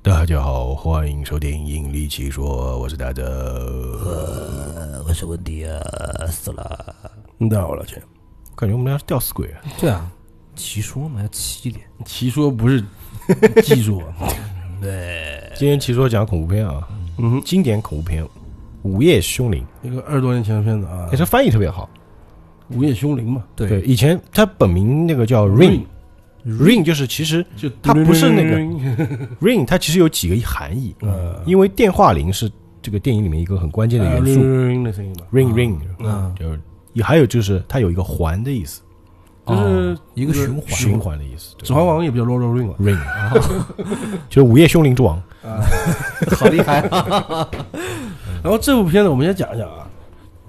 大家好，欢迎收听《引力奇说》，我是大德。呃，我是文迪啊，死了。到了，这我感觉我们俩是吊死鬼啊！对啊，奇说嘛，要七点。奇说 不是技术，今天奇说讲恐怖片啊，哎嗯哼，啊经典恐怖片《午夜凶铃一个二十多年前的片子啊》，哎，，这翻译特别好。午夜凶铃嘛，对对，以前他本名那个叫 Ring，Ring 就是其实就它不是那个， Ring 它其实有几个含义，呃，因为电话铃是这个电影里面一个很关键的元素素的声音嘛， ，Ring Ring，嗯，就是也还有就是它有一个环的意思，就是哦一个循环循环的意思。对指环王也比较 r o l l ring 嘛， Ring，就是午夜凶铃之王。好厉害 啊！然后这部片子我们先讲一下啊，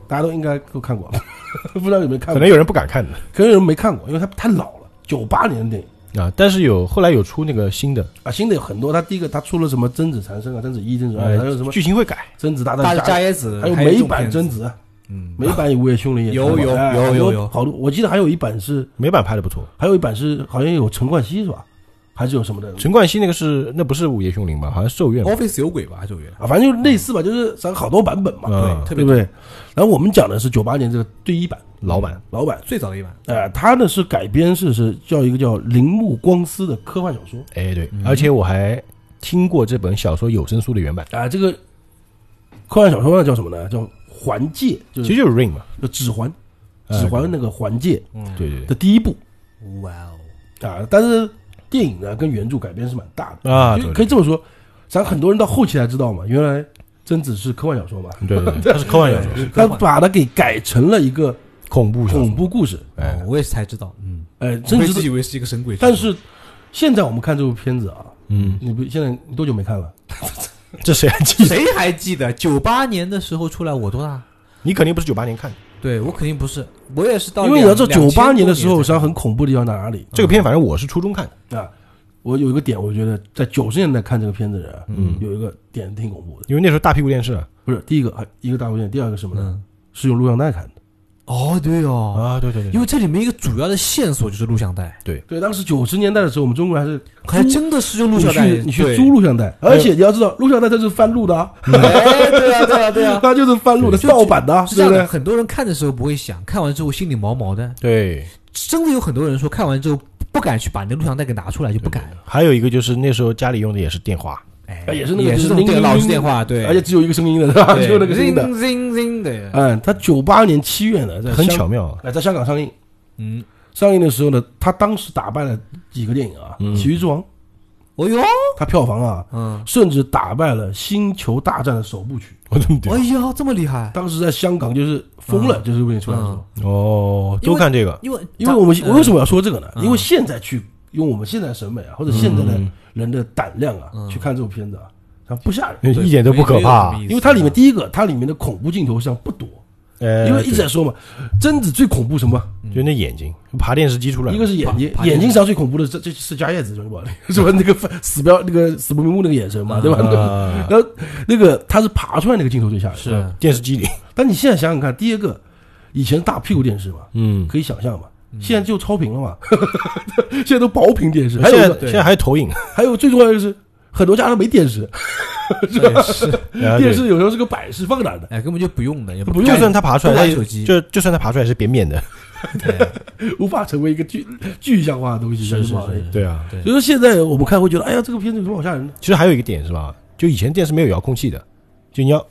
大家都应该都看过， 不知道有没有看可过能，有人不敢看的可能有人没看过，因为它太老了，九八年的电影啊，但是有后来有出那个新的，啊，新的有很多。它第一个它出了什么贞子缠身啊，贞子一、贞子二，还有什么剧情呃会改，贞子大哎大战家加，椰子，还有一美种版片子贞，子，啊嗯，美版《午夜凶铃》也有出了有哎有好有多有好多，我记得还有一版是美版拍的不错。还有一版是好像有陈冠希是吧？还是有什么的陈冠希那个是那不是《午夜凶铃》吧？好像是《咒怨》吧。 Office 有鬼吧？就有。啊？反正就类似吧，就是咱好多版本嘛，嗯对对不对？然后我们讲的是九八年这个第一版老版老版，最早的一版，呃，它呢是改编是是叫一个叫铃木光司的科幻小说哎对，而且我还听过这本小说有声书的原版，啊、这个科幻小说呢叫什么呢？叫《环界》，就其实是就是 Ring 嘛。就指环，哎嗯指环那个环界对对的第一部哇哦，啊、但是电影呢跟原著改编是蛮大的对啊，就对可以对这么说，咱很多人到后期才知道嘛，原来贞子是科幻小说嘛，对对对，它是科幻小说，他把它给改成了一个恐怖小恐说。怖故事，哎哦，我也是才知道，嗯，呃，我真一直是。以为是一个神鬼，但是现在我们看这部片子啊，嗯，你不现在你多久没看了？这谁还记得？谁还记得九八年的时候出来？我多大？你肯定不是九八年看的对我肯定不是，我也是到因为你要知道，两九八年的时候， 2000实际上很恐怖的地方在哪里这个片，反正我是初中看的。嗯啊？我有一个点，我觉得在九十年代看这个片子的人，啊嗯有一个点挺恐怖的。因为那时候大屁股电视啊不是第一个，还一个大危险，第二个是什么呢？嗯，是用录像带看的。哦对哦，啊，对对因对，为这里面一个主要的线索就是录像带，对，当时九十年代的时候，我们中国还是还真的是用录像带，你去你去对租录像带，哎而且你要知道，录像带它是翻录的啊，哎，对啊，对啊，对啊， 它就是翻录的，对盗版的啊，是这样对不的。对？很多人看的时候不会想，看完之后心里毛毛的。对，真的有很多人说看完之后不敢去把那录像带给拿出来，就不敢。还有一个就是那时候家里用的也是电话，哎，也是那个也就是是那种铃电老式铃电话，对，而且只有一个声音的，是吧？ 对只有那个声音的。 zing zing zing 的，嗯，它九八年七月呢，在很香巧，妙啊。哎，在香港上映。嗯，上映的时候呢，他当时打败了几个电影啊，嗯《奇遇之王》，哦哟，它票房啊，嗯，甚至打败了《星球大战》的首部曲。我这么哎呦，这么厉害，当时在香港就是疯了，就是为了出来说嗯。哦，都看这个，因为因为我们我为什么么要说这个呢？嗯因为现在去用我们现在的审美啊，或者现在的嗯人的胆量啊，嗯去看这部片子啊，它不吓人。 一点都不可怕。因为它里面第一个，它里面的恐怖镜头实际上不多，哎呃，因为一直在说嘛，贞子最恐怖什么？就那眼睛爬电视机出来，一个是眼睛，爬爬眼睛上最恐怖的是这这是加叶子是吧？ 是吧？那个死标那个死不瞑目那个眼神嗯嘛，对吧？啊然后 那个他是爬出来那个镜头最吓人。是，电视机里，但你现在想想看，第一个以前大屁股电视嘛，嗯，可以想象嘛，现在就超频了嘛， 现在都薄屏电视，还而且有现在还有投影，还有最重要的就是很多家都没电视，啊对是，电电视有时候是个摆饰放哪的。哎，根本就不用的，也不啊就用算它爬出来，都它拿也手机就就算它爬出来是扁扁的，无法成为一个具具象化的东西，是吧是是对啊。哎所以说现在我们看会觉得，哎呀，这个片子有什么好吓人的？其实还有一个点是吧？就以前电视没有遥控器的，就你要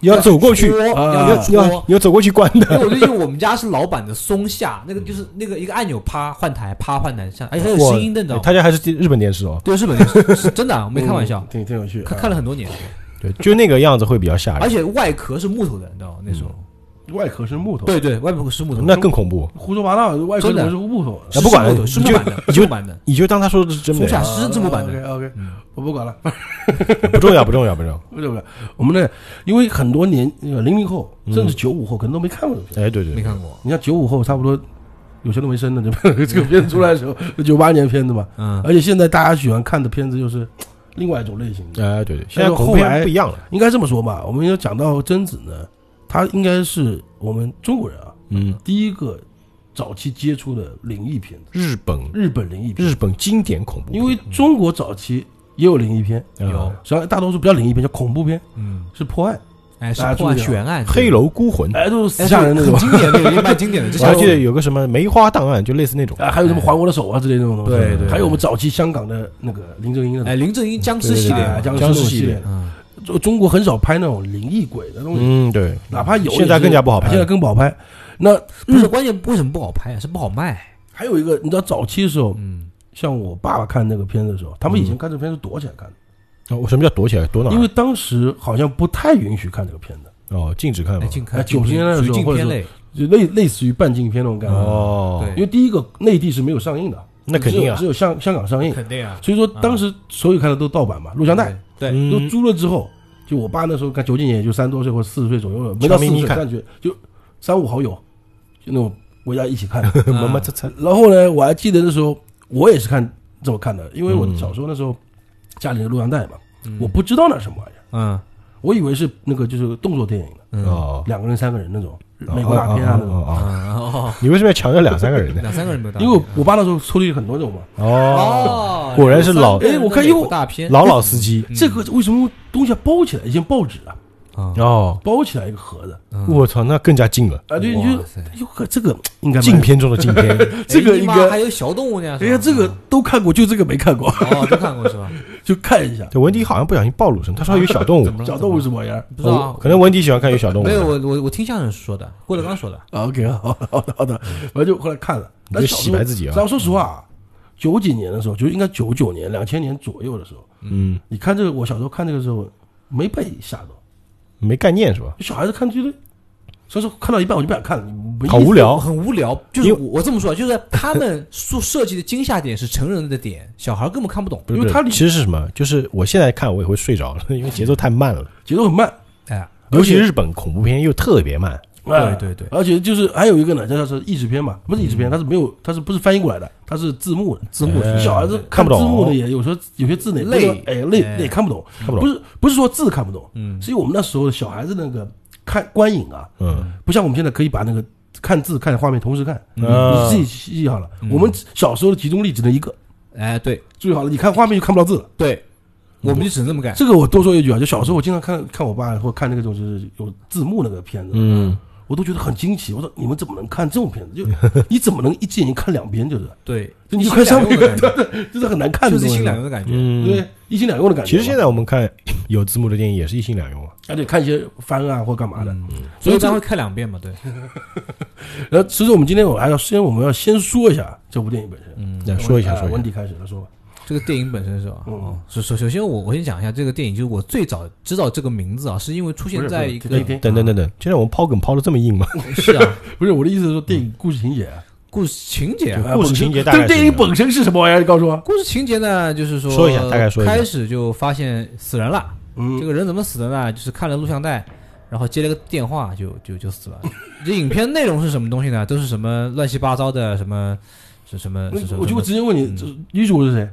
你要走过去，戳你要要你要戳。你要走过去关因的，为我就用我们家是老版的松下，那个就是那个一个按钮，啪换台，啪换台，像哎还有哇声音的，你知道吗他家还是日本电视哦，对日本电视是真的啊，我没开玩笑嗯，挺挺有趣。看啊看了很多年，对，就那个样子会比较吓而人，且外壳是木头的，你知道吗？那时候，嗯外壳是木头，对对，外壳是木头，那更恐怖。胡说八道，外壳真的怎么是木头？是那不管木头是你木就板的，是木板 的，嗯你就当他说的是真松下的，是字幕版的， OK OK，我啊不管了， 不重要，不重要，不重要。不是不是，我们呢，因为很多年那个零零后，嗯甚至九五后，可能都没看过这个片。哎，对对没对，看过，你像九五后，差不多有些都没生呢，对 吧？这个片子出来的时候， 九八年片子嘛，嗯，而且现在大家喜欢看的片子又是另外一种类型的。哎对对，现但在是恐怖后片来不一样了，应该这么说吧，我们要讲到贞子呢，她应该是我们中国人啊嗯，第一个早期接触的灵异片子，日本日本灵异片，日本经典恐怖片，因为中国早期也有灵异片，有，实际上大多数不叫灵异片，叫恐怖片，嗯，是破案，哎，是大家破注案意啊悬案，黑楼孤魂，哎，都是哎死吓人那哎很种。经典，对，也蛮经典的。这我还小记得有个什么梅花档案，就类似那种。 啊，还有什么还我的手啊之类的那种东西，对对还有我们早期香港的那个林正英的哎，林正英僵尸系啊列，对对对僵僵尸尸系系列列，嗯，中中国很少拍那种灵异鬼的东西，嗯，对，哪怕有，现在也是更加不好拍现在更不好拍。那不是关键，为什么不好拍啊？是不好卖。还有一个，你知道早期的时候，嗯，像我爸爸看那个片子的时候，他们以前看这个片是躲起来看的，哦我什么叫躲起来？躲哪儿？因为当时好像不太允许看这个片子，哦，禁止看嘛哎，。禁哎看90年代的属于时候禁或者片说类，就类类似于半禁片那种感觉。哦，对因为第一个内地是没有上映的，那肯定啊只有只有香香港上映，肯定啊，所以说当时所有看的都盗版嘛，录像带。对，对，嗯都租了之后，就我爸那时候看九几年也就三十多岁或者四十岁左右了，没到悄四咪十咪岁看上去就三五好友，就那种围在一 起看。嗯么么擦擦。然后呢，我还记得那时候我也是看这么看的，因为我小时候那时候家里的录像带嘛，嗯我不知道那什么玩意儿，嗯我以为是那个就是动作电影的，嗯哦，两个人三个人那种美国大片啊那种。哦哦哦哦哦嗯哦，你为什么要强调两三个人呢？两三个人没有大片，因为我我爸那时候出去很多这种嘛，哦，哦，果然是老哎，哎我看又有大片老老司机嗯这个为什么东西要包起来？以前报纸啊，啊，哦，包起来一个盒子嗯我操，那更加近了，啊，对，你哇塞就哟呵，这个应该蛮镜片中的镜片。这个哎你应妈该还有小动物呢，哎是吧呀，这嗯个都看过，就这个没看过， 哦，都看过是吧？就看一下对，文迪好像不小心暴露什么，他说有小动物怎，么了？小动物是什么样。不知道啊哦，可能文迪喜欢看有小动物没。有我我我听相声说的，郭德纲说的，啊 OK，好好的好的，完就后来看了，嗯你但就小洗时候白自己啊然后说实话啊，九几年的时候，就应该九九年、两千年左右的时候，嗯，你看这个，我小时候看这个时候没被吓到，没概念是吧？小孩子看剧的，所以说看到一半我就不想看了，没意好思无聊。很无聊。就是因为我我这么说，就是他们所设计的惊吓点是成人的点，小孩根本看不懂。不是因为不是它里其实是什么？就是我现在看我也会睡着了， 因为节奏太慢了，节奏很慢，哎，尤其而且日本恐怖片又特别慢。哎对对对而且就是还有一个呢，这叫是译制片嘛，不是译制片，它是没有，它是不是翻译过来的，它是字幕的。字幕哎小孩子看不懂字幕呢，也有时候有些字呢累哎累哎累看不懂，看不懂是不是说字看不懂，嗯是因为我们那时候小孩子那个看观影啊，嗯，不像我们现在可以把那个看字看画面同时看，啊你自己记好了嗯。我们小时候的集中力只能一个，哎，对注意好了，你看画面就看不到字了。对，我们就只能这么干。这个我多说一句啊，就小时候我经常看看我爸或看那个种就是有字幕那个片子，嗯，我都觉得很惊奇。我说你们怎么能看这种片 子？就你怎么能一见一看两遍？就是对，就你一就心看两上面，用的感觉，对，就是很难 看就的是东一西心两用的感觉。嗯，对，一心两用的感觉。其实现在我们看有字幕的电影也是一心两用啊。而且看一些番啊或干嘛嗯的，所所以以他这会个看两遍嘛，对，然后其实我们今天我还要先我们要先说一下这部电影本身。嗯来说一下，啊说一文下。迪开始，他说吧。这个电影本身是吧？嗯哦，首首首先我我先讲一下这个电影，就是我最早知道这个名字啊，是因为出现在一不个是不是等等等等，现在我们抛梗抛的这么硬吗？是啊不是我的意思是说电影故事情节啊， 故事情节啊，哎嗯故事情节大本概身对是电影本身是什么玩意儿？你告诉我。故事情节呢，就是说说一下大概说一下开始就发现死人了，嗯这个人怎么死的呢？就是看了录像带，然后接了个电话就就就死了。这影片内容是什么东西呢？都是什么乱七八糟的什么。是什嗯么？是什那么我就什么直接问你，这女主是谁？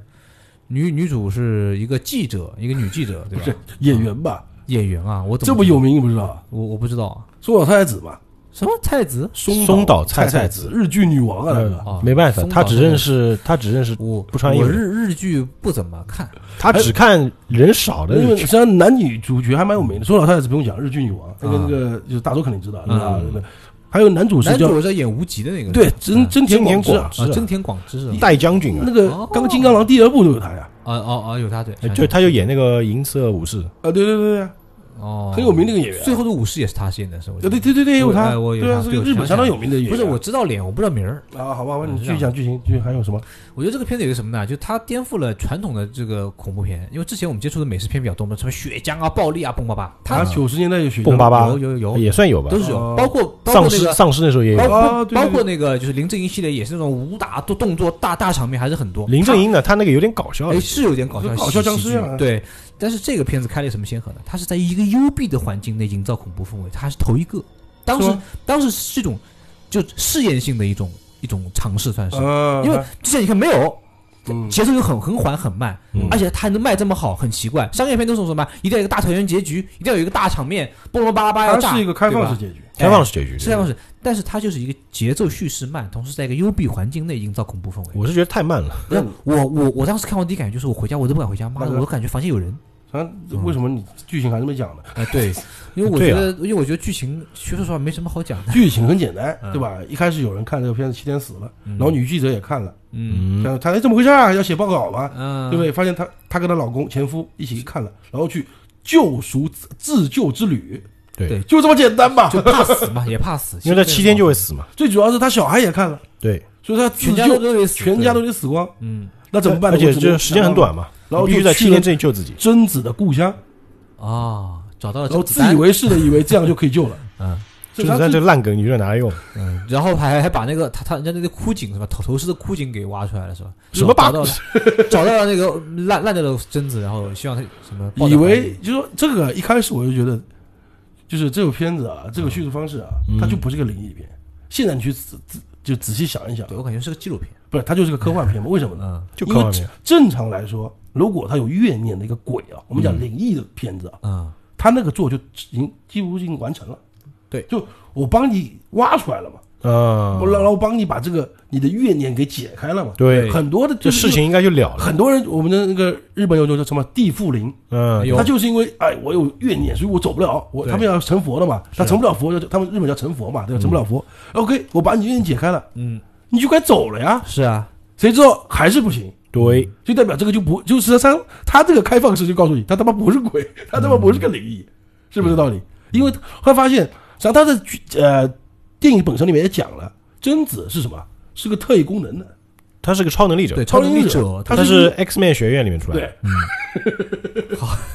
女女主是一个记者，一个女记者，对不是嗯吧？演员吧？演员啊，我怎这么么知道有名，你不知道啊？我我不知道啊。松岛菜菜子嘛，什么菜子？松松岛菜菜菜子，子日剧女王啊，那嗯个。哦没办法，松他岛只菜菜认识他只认识，我不穿衣我服日日剧不怎么看，他只看人少的因为人实群。际上男女主角还蛮有名的，松岛菜菜子不用讲，日剧女王，那个那个就是大周肯定知道，对吧？那个还啊嗯有男主是男叫主在演无极的那个人，对真真田嗯真田志啊，广啊，是啊真田广之是吧？戴将军那啊，个哦《钢金刚狼》第二部都有他呀，哦哦哦，有他对，哎就他就演那个银色武士，啊，对对对对啊，哦，很有名的一个演员啊最后的武士也是他演的，是我记对得对对对对，有他，哎我有对啊，他是对个日我本想相起来当有名的演员。不是我知道脸，我不知道名儿。啊，好吧，嗯你继是续这讲剧情，剧情还有什么？我觉得这个片子有个什么呢？就它颠覆了传统的这个恐怖片，因为之前我们接触的美式片比较多嘛，什么血浆啊、暴力啊、蹦吧吧，它他九十年代有血蹦巴巴有有有也算有吧哦都。是有，哦包括包丧括那尸个。哦丧尸那时候也包有。括啊对对包括那个就是林正英系列也是那种武打动动作大大场面还是很多。林正英呢，他那个有点搞笑哎，，是有点搞笑，就哦搞笑僵尸喜剧啊对，但是这个片子开了什么先河呢？它是在一个幽闭的环境内营造恐怖氛围，它还是头一个。当是时吗当时是一种就试验性的一种一种尝试，算是，呃，因为之前你看没有，嗯节奏又很很缓很慢，嗯而且它还能卖这么好，很奇怪。商业片都是什么？一定要有一个大团圆结局，一定要有一个大场面，波罗巴拉巴要炸，它是一个开对吧放式结局，开放式结局，是开放式，但是它就是一个节奏叙事慢，同时在一个幽闭环境内营造恐怖氛围。我是觉得太慢了，我我我我当时看完第一感觉就是我回家我都不敢回家，妈的，那我都个感觉房间有 人。反正为什么你剧情还是没讲呢？啊， 对，因为我对觉啊得，因为我觉得剧情其实说实话没什么好讲的。剧情很简单嗯，对吧？一开始有人看这个片子七天死了，嗯然后女记者也看了，嗯嗯，想她哎怎么回事啊？要写报告嘛， 嗯，对不对？发现她她跟她老公前夫一起看了，然后去救赎自自救之旅，对对，就这么简单吧？就怕死嘛，也怕死，因为他其实七天就会没死嘛，最主要是她小孩也看了，对，所以她什自么全家都救都得死，全家对都得死光，嗯那怎么办呢？而且我只能这时间很短嘛，然后你必须就在七去了天之内救自己。贞子的故乡，啊，找到了然甄后子自丹以为是的以为这样就可以救了，嗯就这是她他这个烂梗，你就拿来用，嗯，然后还还把那个他他人家那个枯井是吧，头头饰的枯井给挖出来了是吧？什么找把 到了找到了那个烂烂掉的贞子，然后希望他什么抱在以怀为里就说这个一开始我就觉得，就是这部片子啊，嗯这个叙述方式啊，它就不是个灵异片。现在你去仔仔就仔细想一想，对我感觉是个纪录片，不是它就是个科 幻片嘛？为什么呢？嗯就科幻片，正常来说，如果它有怨念的一个鬼啊，我们讲灵异的片子啊，嗯它那个做就已经几乎已经完成了。对就我帮你挖出来了嘛，嗯我，然后帮你把这个你的怨念给解开了嘛。对，很多的这就是事，情应该就了了，很多人我们的那个日本有种叫什么地缚灵，嗯，有他就是因为哎，我有怨念，所以我走不了。我对他们要成佛了嘛，他成不了佛，就他们日本叫成佛嘛，对吧？成不了佛，OK，我把你怨念解开了，嗯，你就该走了呀。是啊，谁知道还是不行，对，就代表这个就不就是他他这个开放式就告诉你，他他妈不是鬼，他他妈不是个灵异，是不是这道理？因为会发现，像他的剧呃电影本身里面也讲了，贞子是什么？是个特异功能的，他是个超能力者对，，超能能力力者者，他他是是 X Man 学院里面出来对的，，嗯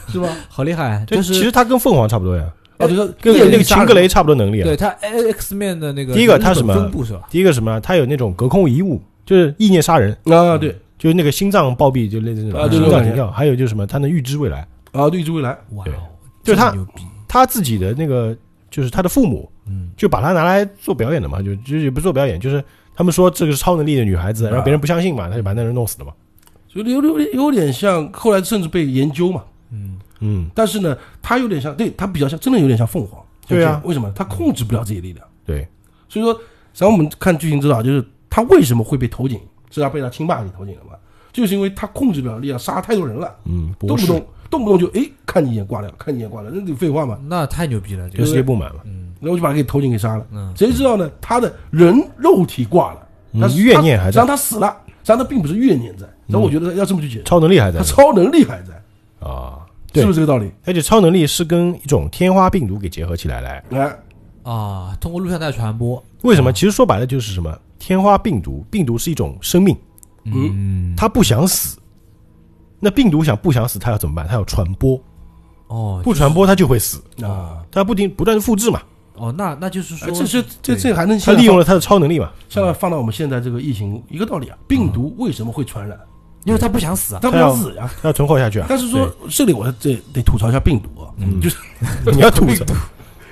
是 吧？好厉害，对，就其是实他跟凤凰差不多呀，哦，就是哎跟电那力个杀秦格人雷差不多能力啊。对他 X Man 的那个第一个日他本什么分部是吧？第一个什么呢？啊他有那种隔空遗物，就是意念杀人，啊，对就是那个心脏暴毙，就类似那啊种对心对脏对停跳。还有就是什么，他能预知未来。啊，对，诸未来。哇对哦，就是这么他牛逼，他自己的那个，就是他的父母，嗯，就把他拿来做表演的嘛，就就是也不是做表演，就是他们说这个是超能力的女孩子，然后别人不相信嘛，他就把那人弄死了嘛。所以有有有点像，后来甚至被研究嘛。嗯嗯，但是呢，它有点像，对它比较像，真的有点像凤凰。对啊就是为什么它控制不了自己的力量？对，所以说，然后我们看剧情知道，就是它为什么会被投井，是他被他亲爸给投井了嘛？就是因为他控制不了力量，杀太多人了，嗯，动博不士动动不动就哎看你一眼挂掉，看你一眼挂掉，那你废话嘛。那太牛逼了，这这个个世界不满了，嗯然后就把他给投井给杀了。嗯谁知道呢？他的人肉体挂了，他嗯怨念还让在，他死了，让他并不是怨念在。然后我觉得要这么去解释，超能力还在他超能力还在，啊。对是不是这个道理？而且超能力是跟一种天花病毒给结合起来来。哎，啊，通过录像带传播，为什么？其实说白了就是什么？天花病毒，病毒是一种生命，嗯。嗯，它不想死。那病毒想不想死，它要怎么办？它要传播，哦不传播它就会死。啊，它不停不断地复制嘛，哦，那那就是说，啊哎这这这对这还能它像利用了它的超能力嘛。像放到我们现在这个疫情一个道理啊，病毒为什么会传染？因为他不想死啊，它不想死呀。它要存活下去啊。但是说这里我这得吐槽一下病毒啊，嗯就是对你要吐槽，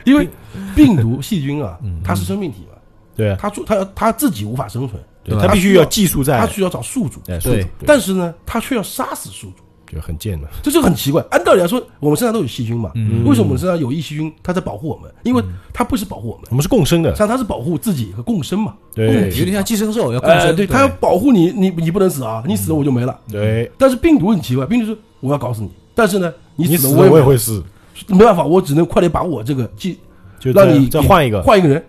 因为病毒细 菌啊，嗯它是生命体嘛，对啊，它住它它自己无法生存，对对它吧必须要寄宿它在，啊需要找宿主，哎，对宿主但是呢，它却要杀死宿主，就很贱嘛。这就很奇怪。按道理来说，我们身上都有细菌嘛，嗯为什么我们身上有益细菌，它在保护我们？因为嗯它不是保护我们，我们是共生的，像它是保护自己和共生嘛。对嗯呃有点像寄生兽要共哎，生，对，它要保护你，你你不能死嗯啊，你死了我就没了。对，但是病毒很奇怪，病毒说我要搞死你，但是呢，你死死了了我我也没会死，没办法，我只能快点把我这个技就让再你再换一个，换一个人。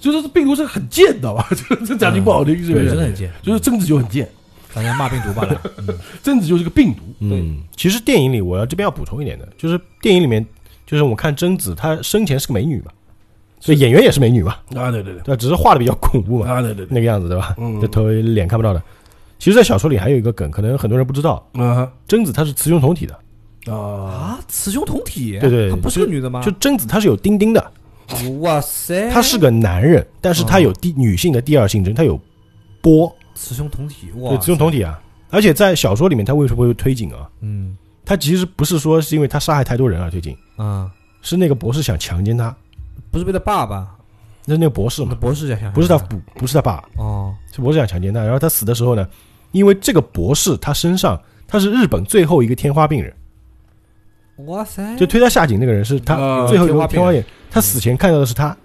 所以说这病毒是很贱的吧？ 这这讲句不好嗯听，是不对，是？真的很贱，就是政治就很贱，大家骂病毒吧 来，嗯政治就是个病毒。嗯，其实电影里我要这边要补充一点的，就是电影里面，就是我看贞子她生前是个美女嘛，所以演员也是美女嘛，啊，对对对，对吧，只是画的比较恐怖嘛，啊对对对，那个样子对吧？嗯这头脸看不到的。其实，在小说里还有一个梗，可能很多人不知道，啊贞子她是雌雄同体的，哈啊，啊，雌雄同体，对对她不是个女的吗？就贞子她是有丁丁的，哇塞，她是个男人，但是她有哦第女性的第二性征，她有波，雌雄同体，哇对，，雌雄同体啊。而且在小说里面，她为什么会推进啊？嗯她其实不是说是因为她杀害太多人而推进，啊，是那个博士想强奸她，不是被他爸爸，那是那个博士那嘛，博士想想，不是她不不是她爸，哦，是博士想强奸她。然后她死的时候呢，因为这个博士他身上他是日本最后一个天花病人，哇塞！就推他下井那个人是他啊最后一个哦天花嗯天花病人，他死前看到的是他。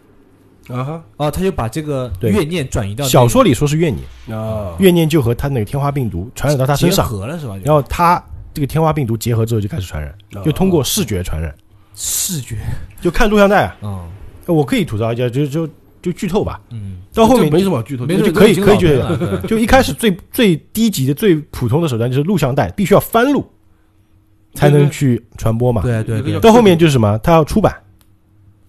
啊哈哦，他就把这个对怨念转移到小说里说是怨念，哦啊，怨念就和他那个天花病毒传染到他他身上，合了是吧？就然后他这个天花病毒结合之后就开始传染，哦啊就通过视觉传染，视觉，就看录像带啊。嗯我可以吐槽一下，就就就剧透吧。嗯，到后这面没什么好剧透，没就准可以都已经可以觉老 得人了，对就一开始最最低级的、最普通的手段就是录像带，必须要翻录才能去传播嘛。对对有一个对，叫到后面就是什么，他要出版、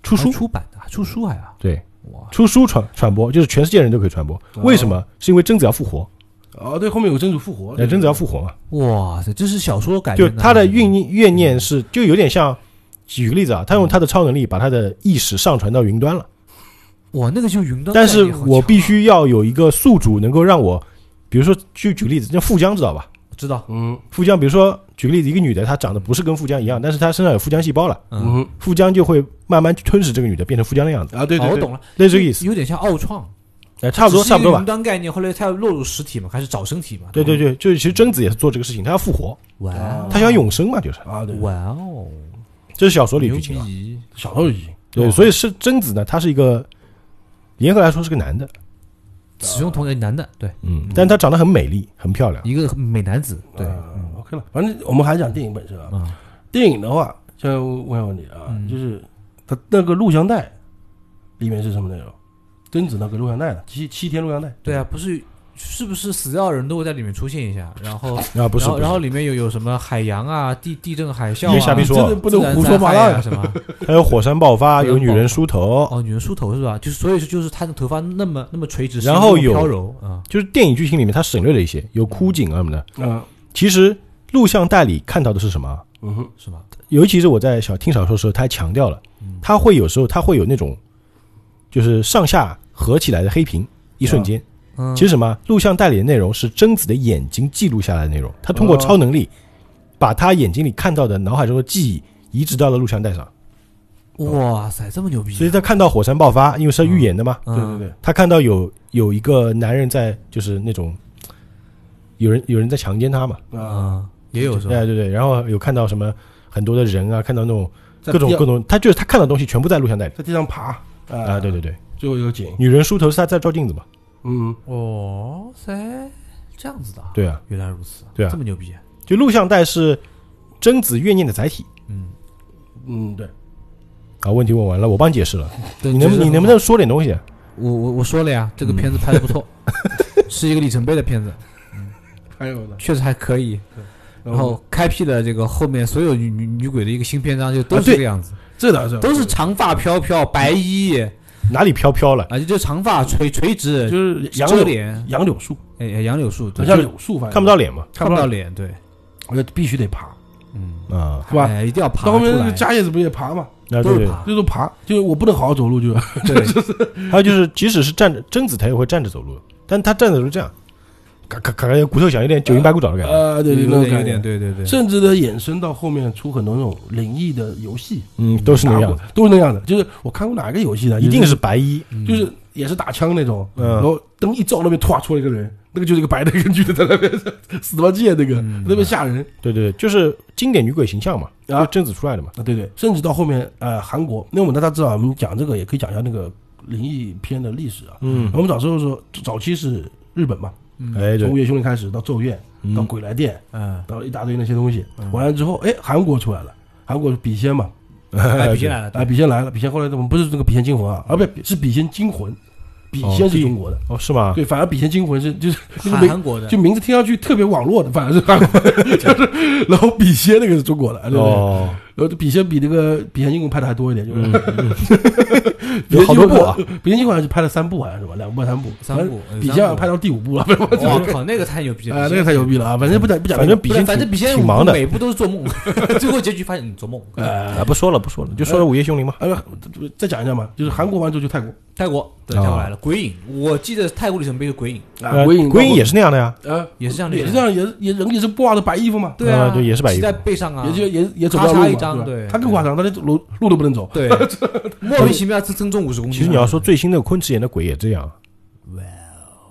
出书还，出版的，还出书还啊，对，哇，出书传传播，就是全世界人都可以传播。为什么？是因为贞子要复活，哦，对，后面有真主复活，呃，贞子要复活嘛。哇塞，这是小说改就编啊他的怨念怨念是，就有点像，举个例子啊，他用他的超能力把他的意识上传到云端了，哇，那个就云端概但念好是强啊，我必须要有一个宿主能够让我，比如说，就举个例子，像富江知道吧？知道，嗯富江，比如说举个例子，一个女的她长得不是跟富江一样，但是她身上有富江细胞了，嗯，嗯富江就会慢慢吞噬这个女的，变成富江的样子，啊，对哦对，我对懂了，类似这个意思，有点像奥创，哎，差不多只是差一不个多吧云。端概念，后来他要落入实体嘛，开始找身体嘛，对对对，就是其实贞子也是做这个事情，她要复活，哇哦，她想永生嘛，就是啊，对，哇哦，这是小说里牛剧情啊。逼，小时候已经啊对，所以是贞子呢，她是一个严格来说是个男的，使用同一个男的，对，嗯，但她长得很美丽，很漂亮。一个美男子，对，啊嗯 OK 了，反正我们还讲电影本身啊，啊，电影的话，现在我问问你啊，嗯就是它那个录像带里面是什么内容？贞子那个录像带的七七天录像带，对啊，不是。是不是死掉的人都会在里面出现一下？然后，啊，不是然后，不是嗯然后里面有有什么海洋啊、地地震、海啸别啊瞎逼，说这个不能自然胡说灾八害道啊呀！什么？还有火山爆发，火山有女爆人发梳头，哦，女人梳头是吧？就是所以说就是她的头发那么那么垂直，然后是那么有飘柔啊，就是电影剧情里面她省略了一些，有枯井啊什么的。嗯其实录像带里看到的是什么啊？嗯哼，是吧？尤其是我在小听小说的时候，他还强调了，嗯他会有时候他会有那种，就是上下合起来的黑屏，一瞬间。嗯，其实什么，录像带里的内容是贞子的眼睛记录下来的内容，他通过哦超能力，把他眼睛里看到的、脑海中的记忆移植到了录像带上。嗯哇塞，这么牛逼！啊所以他看到火山爆发，因为是他预言的嘛，嗯对对对，他看到有有一个男人在，就是那种。有人有人在强奸他嘛？啊，啊，也有是吧？哎，对对，然后有看到什么很多的人啊，看到那种在各种地各种，他就是他看到的东西全部在录像带里。在地上爬啊啊，对，对对，嗯最后有个景，女人梳头是她在照镜子嘛？嗯，哦塞，这样子的啊，对啊，原来如此，对啊这么牛逼，就录像带是贞子怨念的载体嗯，嗯，对，啊。问题问完了，我帮你解释了，对你能你能不？能嗯说点东西？啊我我我说了呀，这个片子拍的 不错，是一个里程碑的片子，还有呢，确实还可以。嗯然后开辟了这个后面所有女女女鬼的一个新篇章，就都啊是对这个样子，这倒是都是长发飘飘、白衣哪里飘飘了？啊，就就长发垂垂直，就是杨遮柳脸，杨柳树，哎，哎杨柳树，对好像就柳树，反正看不到脸嘛？看不不到到脸，对，我就必须得爬，嗯，啊，是吧？哎，一定要爬到后出面那个来，家叶子不也爬嘛，那都对是对。爬，就是爬，就是我不能好好走路，就对，嗯还有就是，即使是站着贞子，她也会站着走路，但她站着走路这样，嘎嘎嘎，有骨头响，有呃点九阴白骨爪的感觉。啊，对对，那有种点有感点，觉。对对对，甚至呢，衍生到后面出很多那种灵异的游戏，嗯，都是那样子，打都是那样的。就是我看过哪个游戏嗯的，一定就是白衣。是就是也是打枪那种，嗯然后灯一照，那边突然出来一个人，那个就是一个白的一个女的在那边 死亡界那个，嗯特别吓人对对对，就是经典女鬼形象嘛，就啊是贞子出来的嘛。啊！对对，甚至到后面呃，韩国，那我们大家知道，我们讲这个也可以讲一下那个灵异片的历史啊。嗯，我们早时候说，早期是日本嘛，哎对从《午，夜凶铃》开始，到《咒怨》，到《嗯鬼来电》，嗯，到一大堆那些东西，完了之后，哎，韩国出来了，韩国是笔仙嘛，哎，皮来了，啊，笔仙来了，笔仙后来我们不是这个笔仙惊魂啊，啊，不是是笔仙惊魂，笔仙是中国的，哦是吗？对，反而笔仙惊魂是就是那个韩名韩国的，就名字听上去特别网络的，反而是韩国， 就是然后笔仙那个是中国的，对不对？哦，然后笔仙比那个笔仙惊魂拍的还多一点，就是嗯嗯 笔有仙好惊多魂部啊。笔仙惊魂好像是拍了三部，好像是吧？两部还是三部，三部反正嗯笔三部仙好像拍到第五部 了，我我靠，那个太牛逼了，啊，那个太牛逼了啊！反正不讲不讲反那个，正笔仙反正比挺仙挺忙的每部都是做梦，最后结局发现你做梦。啊，不说了不说了，就说了《午夜凶铃》嘛。啊，不再讲一下嘛，就是韩国完之后就泰国泰国对啊跳过来了，鬼影，我记得泰国里程碑是鬼影，鬼啊，鬼影鬼呃影也是是那样的呀，啊，也是这样的，也是这，样，也是也人也是挂着白衣服嘛，对啊对也是白衣骑服在背上啊，也就也也走不咔到嚓路嘛一张吧对他更夸张，他连路路都不能走。对，莫名其妙增增重五十公斤。其实你要说最新的昆池岩的鬼也这样，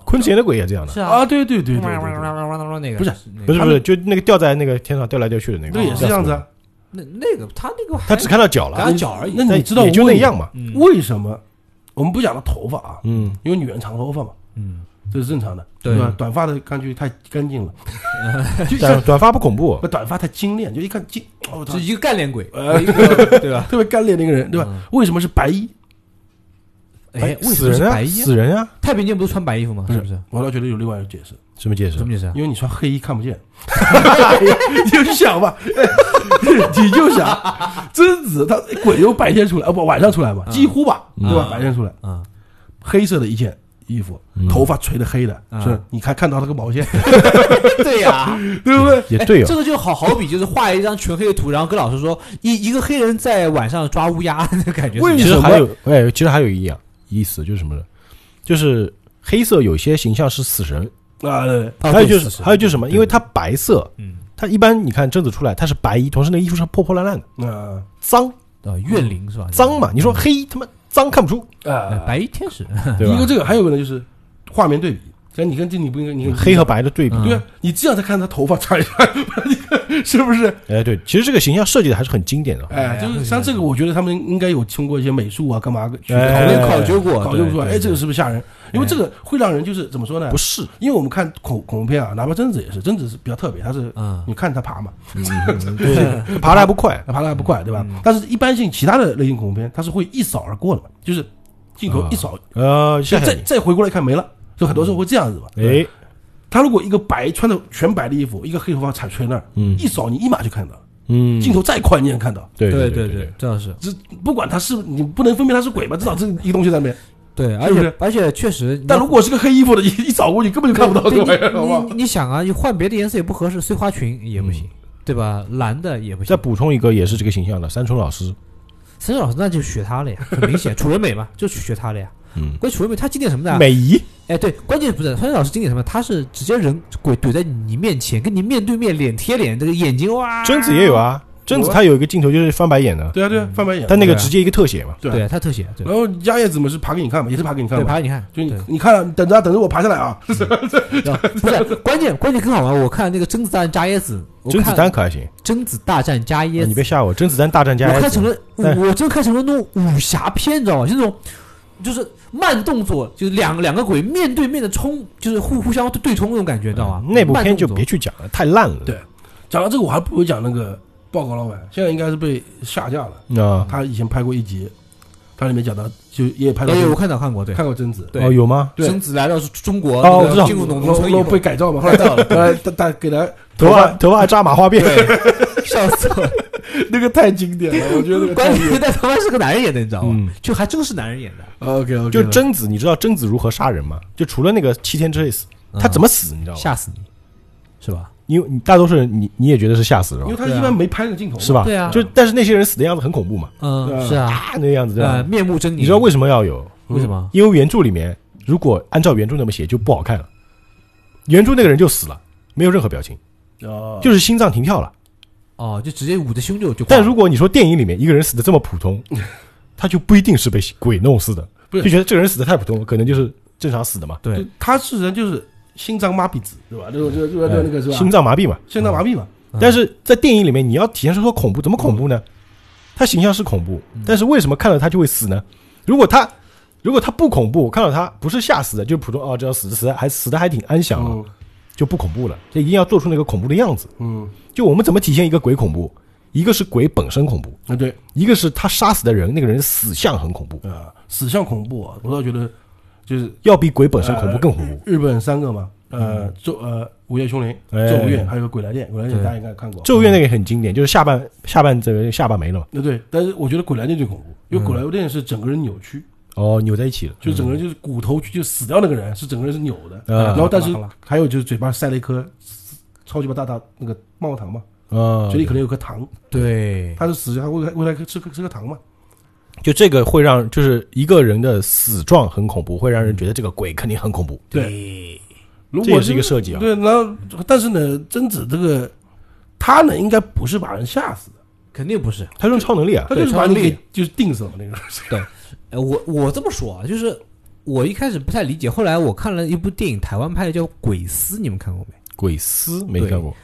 昆池岩的鬼也这样的，是啊，啊，对对对对对对，啷啷啷那个不是那个不是他不们是，就那个掉在那个天上掉来掉去的那个，那也是这样子啊。那那个他那个还他只看到脚他了，只脚而已那你知道也就为那样嘛。嗯为什么我们不讲了头发啊？嗯，因为女人长头发嘛，嗯这是正常的，对吧？短发的看上去太干 净了，就短短发不恐怖，不短发太精炼，就一看精，哦，他是一个干练鬼，呃一个对吧？特别干练的一个人，对吧？嗯为什么是白衣？哎，为什死么是人白啊，衣啊？死人啊，太平间不是穿白衣服吗？是不是？我倒觉得有另外一种解释，什么解释什？么意思啊？因为你穿黑衣看不见， 你就想吧， 你就想，贞子她鬼又白天出来，呃不晚上出来嘛，嗯几乎吧，嗯对吧？白天出来，啊，黑色的一件衣服，嗯头发垂的黑的，嗯是你看看到那个 毛线， 对呀，对不对？也对哎哦这，个就好好比就是画一张全黑的图，然后跟老师说一一个黑人在晚上抓乌鸦， 那感觉是为其什实么还有哎，其实还有一样意思就是什么呢？就是黑色有些形象是死神，啊，对对还有就是死神还有就是什么？因为它白色，嗯它一般你看贞子出来，它是白衣，同时那衣服是破破烂烂的，啊脏啊怨灵是吧？嗯脏嘛。你说黑他妈脏看不出，哎啊，白衣天使， 对一个吧？这个，还有一个呢，就是画面对比，像你跟这你不应该，你跟黑和白的对比，嗯对啊，你这样才看他头发长一 样，是不是？哎对，其实这个形象设计的还是很经典的。哎，就是像这个，我觉得他们应该有通过一些美术啊，干嘛去哎讨讨论论哎考考究过，考究出来，对哎，这个是不是吓人？因为这个会让人就是怎么说呢不？是，因为我们看恐恐怖片啊，哪怕贞子也是，贞子是比较特别，她是嗯你看她爬嘛，对，爬的还不快，她爬的还不快，对吧？但是一般性其他的类型恐怖片，它是会一扫而过的，就是镜头一扫，呃，吓吓再你，再回过来看没了，就很多时候会这样子嘛。哎，他如果一个白穿着全白的衣服，一个黑头发踩垂那儿，嗯一扫你一马就看到了，嗯，镜头再快你也能看到。对对对对，，这倒是这不管他是你不能分辨他是鬼吧，至少这一个东西在那边。对，而是不且是而且确实你，但如果是个黑衣服的， 一一扫过去根本就看不到这个玩意对儿，好不好你你？你想啊，你换别的颜色也不合适，碎花裙也不行，对吧？蓝的也不再行。补充一个也是这个形象的山村老师，森老师那就学他了呀，很明显，楚人美嘛，就去学他了呀。嗯，关于楚人美，他经典什么的啊？美姨，哎，对，关键不是川老师经典什么？他是直接人鬼怼在你面前，跟你面对面，脸贴脸，这个眼睛哇。贞子也有。啊，贞子她有一个镜头就是翻白眼的，对啊对啊，翻白眼。但那个对啊直接一个特写嘛，对啊对，他特写，对呃然，后鸭叶子嘛是爬给你看嘛，也是爬给你看对，嘛。爬你看，就对你，你看，等着啊等着我爬下来啊！然 后不是关键，关键更好玩。我看那个甄子丹加椰子，我甄子看丹可还行，甄子大战加椰啊子，你别吓我，甄子丹哎大战加我 S，看成了，对我真看成了那种武侠片，你知道吗？就那种就是慢动作，就是两两个鬼面对面的冲，就是互互相对冲那种感觉，知道吗？嗯那部片就慢动作别去讲了，太烂了。对讲到这个，我还不如讲那个报告老板，现在应该是被下架了。啊，他以前拍过一集，他里面讲到就也拍到哎，我看到看过，对，看过贞子，对哦，有吗？对贞子来到中国，哦那个我知道进入农然农后村以然后后被，改造嘛， 后来改造了后来大大给他头发头发还扎马化辫，对，笑死我！了。那个太经典 了，我觉得那 个关太键那他妈是个男人演的，你知道吗嗯？就还真是男人演的， OK OK，就贞子，你知道贞子如何杀人吗？就除了那个七天之内死，他怎么么死你知道吗？嗯吓死你，是吧？因为你大多数人你你也觉得是吓死是吧因为？他一般没拍那个镜头，是？吧？对啊就但是那些人死的样子很恐怖嘛，嗯，是啊，嗯啊，那个样子对呃，吧？面目狰狞。你知道为嗯什么要有？为什么？因为原著里面如果按照原著那么写就不好看了，原著那个人就死了，没有任何表情，哦，嗯就是心脏停跳了。哦，就直接捂着胸就就挂了。但如果你说电影里面一个人死的这么普 通，他就不一定是被鬼弄死的，不是就觉得这个人死的太普通了，可能就是正常死的嘛，对就他是人就是心脏麻痹子，对吧？那种就就就那个是吧？呃心脏麻痹嘛。心脏麻痹嘛，嗯但是在电影里面，你要体现出说恐怖，怎么恐怖呢？嗯他形象是恐怖，但是为什么看到他就会死呢？如果他如果他不恐怖，看到他不是吓死的，就是普通哦，这样死死的还死的还挺安详了，嗯就不恐怖了。这一定要做出那个恐怖的样子。嗯，就我们怎么体现一个鬼恐怖？一个是鬼本身恐怖，啊对一个是他杀死的人那个人死相很恐怖，啊，死相恐怖啊，我倒觉得就是要比鬼本身恐怖更恐怖。日本三个嘛，呃，咒呃午夜凶铃、嗯哎咒怨，还有个鬼来电，鬼来电对大家应该看过。咒怨那个也很经典，就是下半下半这个下巴没了嘛，那对，但是我觉得鬼来电最恐怖，因为鬼来电是整个人扭曲，哦，扭在一起了，就整个人就是骨头就死掉那个人是整个人是扭的，啊然后但是好了还有就是嘴巴塞了一颗超级巴大大那个棒棒糖嘛，啊，嘴里可能有颗糖，对，他是死还喂喂他吃颗吃颗糖嘛，就这个会让就是一个人的死状很恐怖，会让人觉得这个鬼肯定很恐怖。对，如这果也是一个设计啊。对，然后但是呢，贞子这个他呢应该不是把人吓死的，肯定不是。他用超能力啊他，就是把你对超能给力就是定死了那个人，呃，我我这么说啊，就是我一开始不太理解，后来我看了一部电影，台湾拍的叫《鬼丝》，你们看过没？鬼丝没对看过，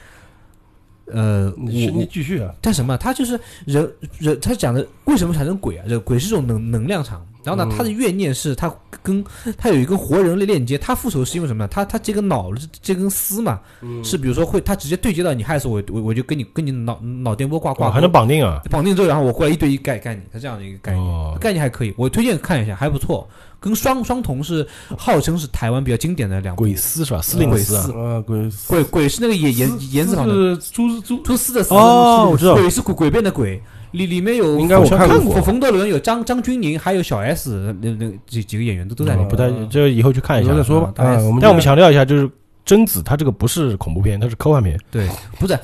呃，我你你我继续啊，干什么？他就是人人，他讲的为什么产生鬼啊？这个鬼是一种能能量场。然后呢，嗯他的怨念是他跟他有一根活人类链接，他复仇是因为什么呢？他他这个脑这根丝嘛，嗯是比如说会他直接对接到你害死我，我我就跟你跟你脑脑电波挂挂哇，钩还能绑定啊！绑定之后，然后我过来一对一盖盖你，他这样的一个概念。哦，概念还可以，我推荐看一下，还不错。跟双双瞳是号称是台湾比较经典的两部鬼丝是吧？司令鬼丝啊丝，啊，鬼丝鬼鬼是那个言言言字旁的是猪猪蛛丝的丝哦我知道鬼是鬼鬼变的鬼，里里面有应该我冯看过冯冯德伦有张张钧甯，还有小 S 那那几几个演员都都在里哦面。不太，这以后去看一以下后再。说啊。吧大概啊是我们但我们强调一下，就是贞子她这个不是恐怖片，它是科幻片，对，不是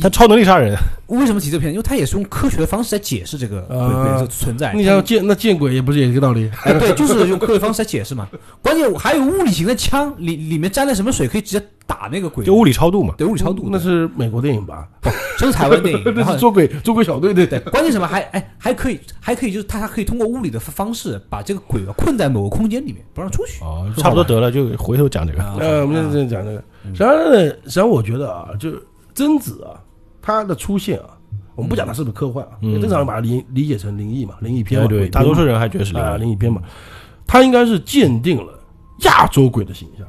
她超能力杀人，为什么提这片？因为他也是用科学的方式在解释这个鬼啊鬼的存在。你想见那见鬼也不是也一个道理？哎，对，就是用科学方式来解释嘛。 关键我还有物理型的枪，里里面沾了什么水可以直接打那个鬼，就物理超度嘛。对物理 超度的，哦那是美国电影吧？这是台湾电影，然 那后是捉鬼捉鬼小队对对，关键什么还哎还可以还可以就是他还可以通过物理的方式把这个鬼啊困在某个空间里面，不让出去。哦，差不多得了，就回头讲这个。呃，我们啊现在正讲这个。嗯实际上呢，实际上我觉得啊，就是贞子啊，她的出现啊，我们不讲她是不是科幻啊，嗯也正常人把它理理解成灵异嘛，灵异对片嘛，哎对，鬼片大多数人还觉得是嘛啊灵异。灵异片嘛，她应该是鉴定了亚洲鬼的形象，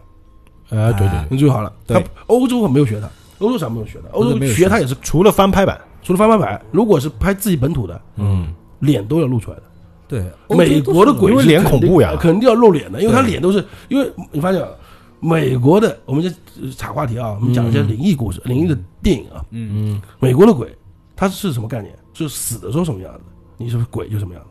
哎，对对，你注意好了，对她欧洲没有学她，欧洲啥没有学她，欧欧洲洲没有学学她也是除了翻拍版，除了翻拍版，如果是拍自己本土的，嗯，脸都要露出来的。对，哦美国的鬼因为是脸肯定呃恐怖呀肯定要露脸的，因为他对脸都是因为你发现啊，美国的我们就呃岔话题啊，我们讲一些灵异故事、灵异的电影啊，嗯，美国的鬼它是什么概念？是死的时候什么样子，你是不是鬼就什么样子，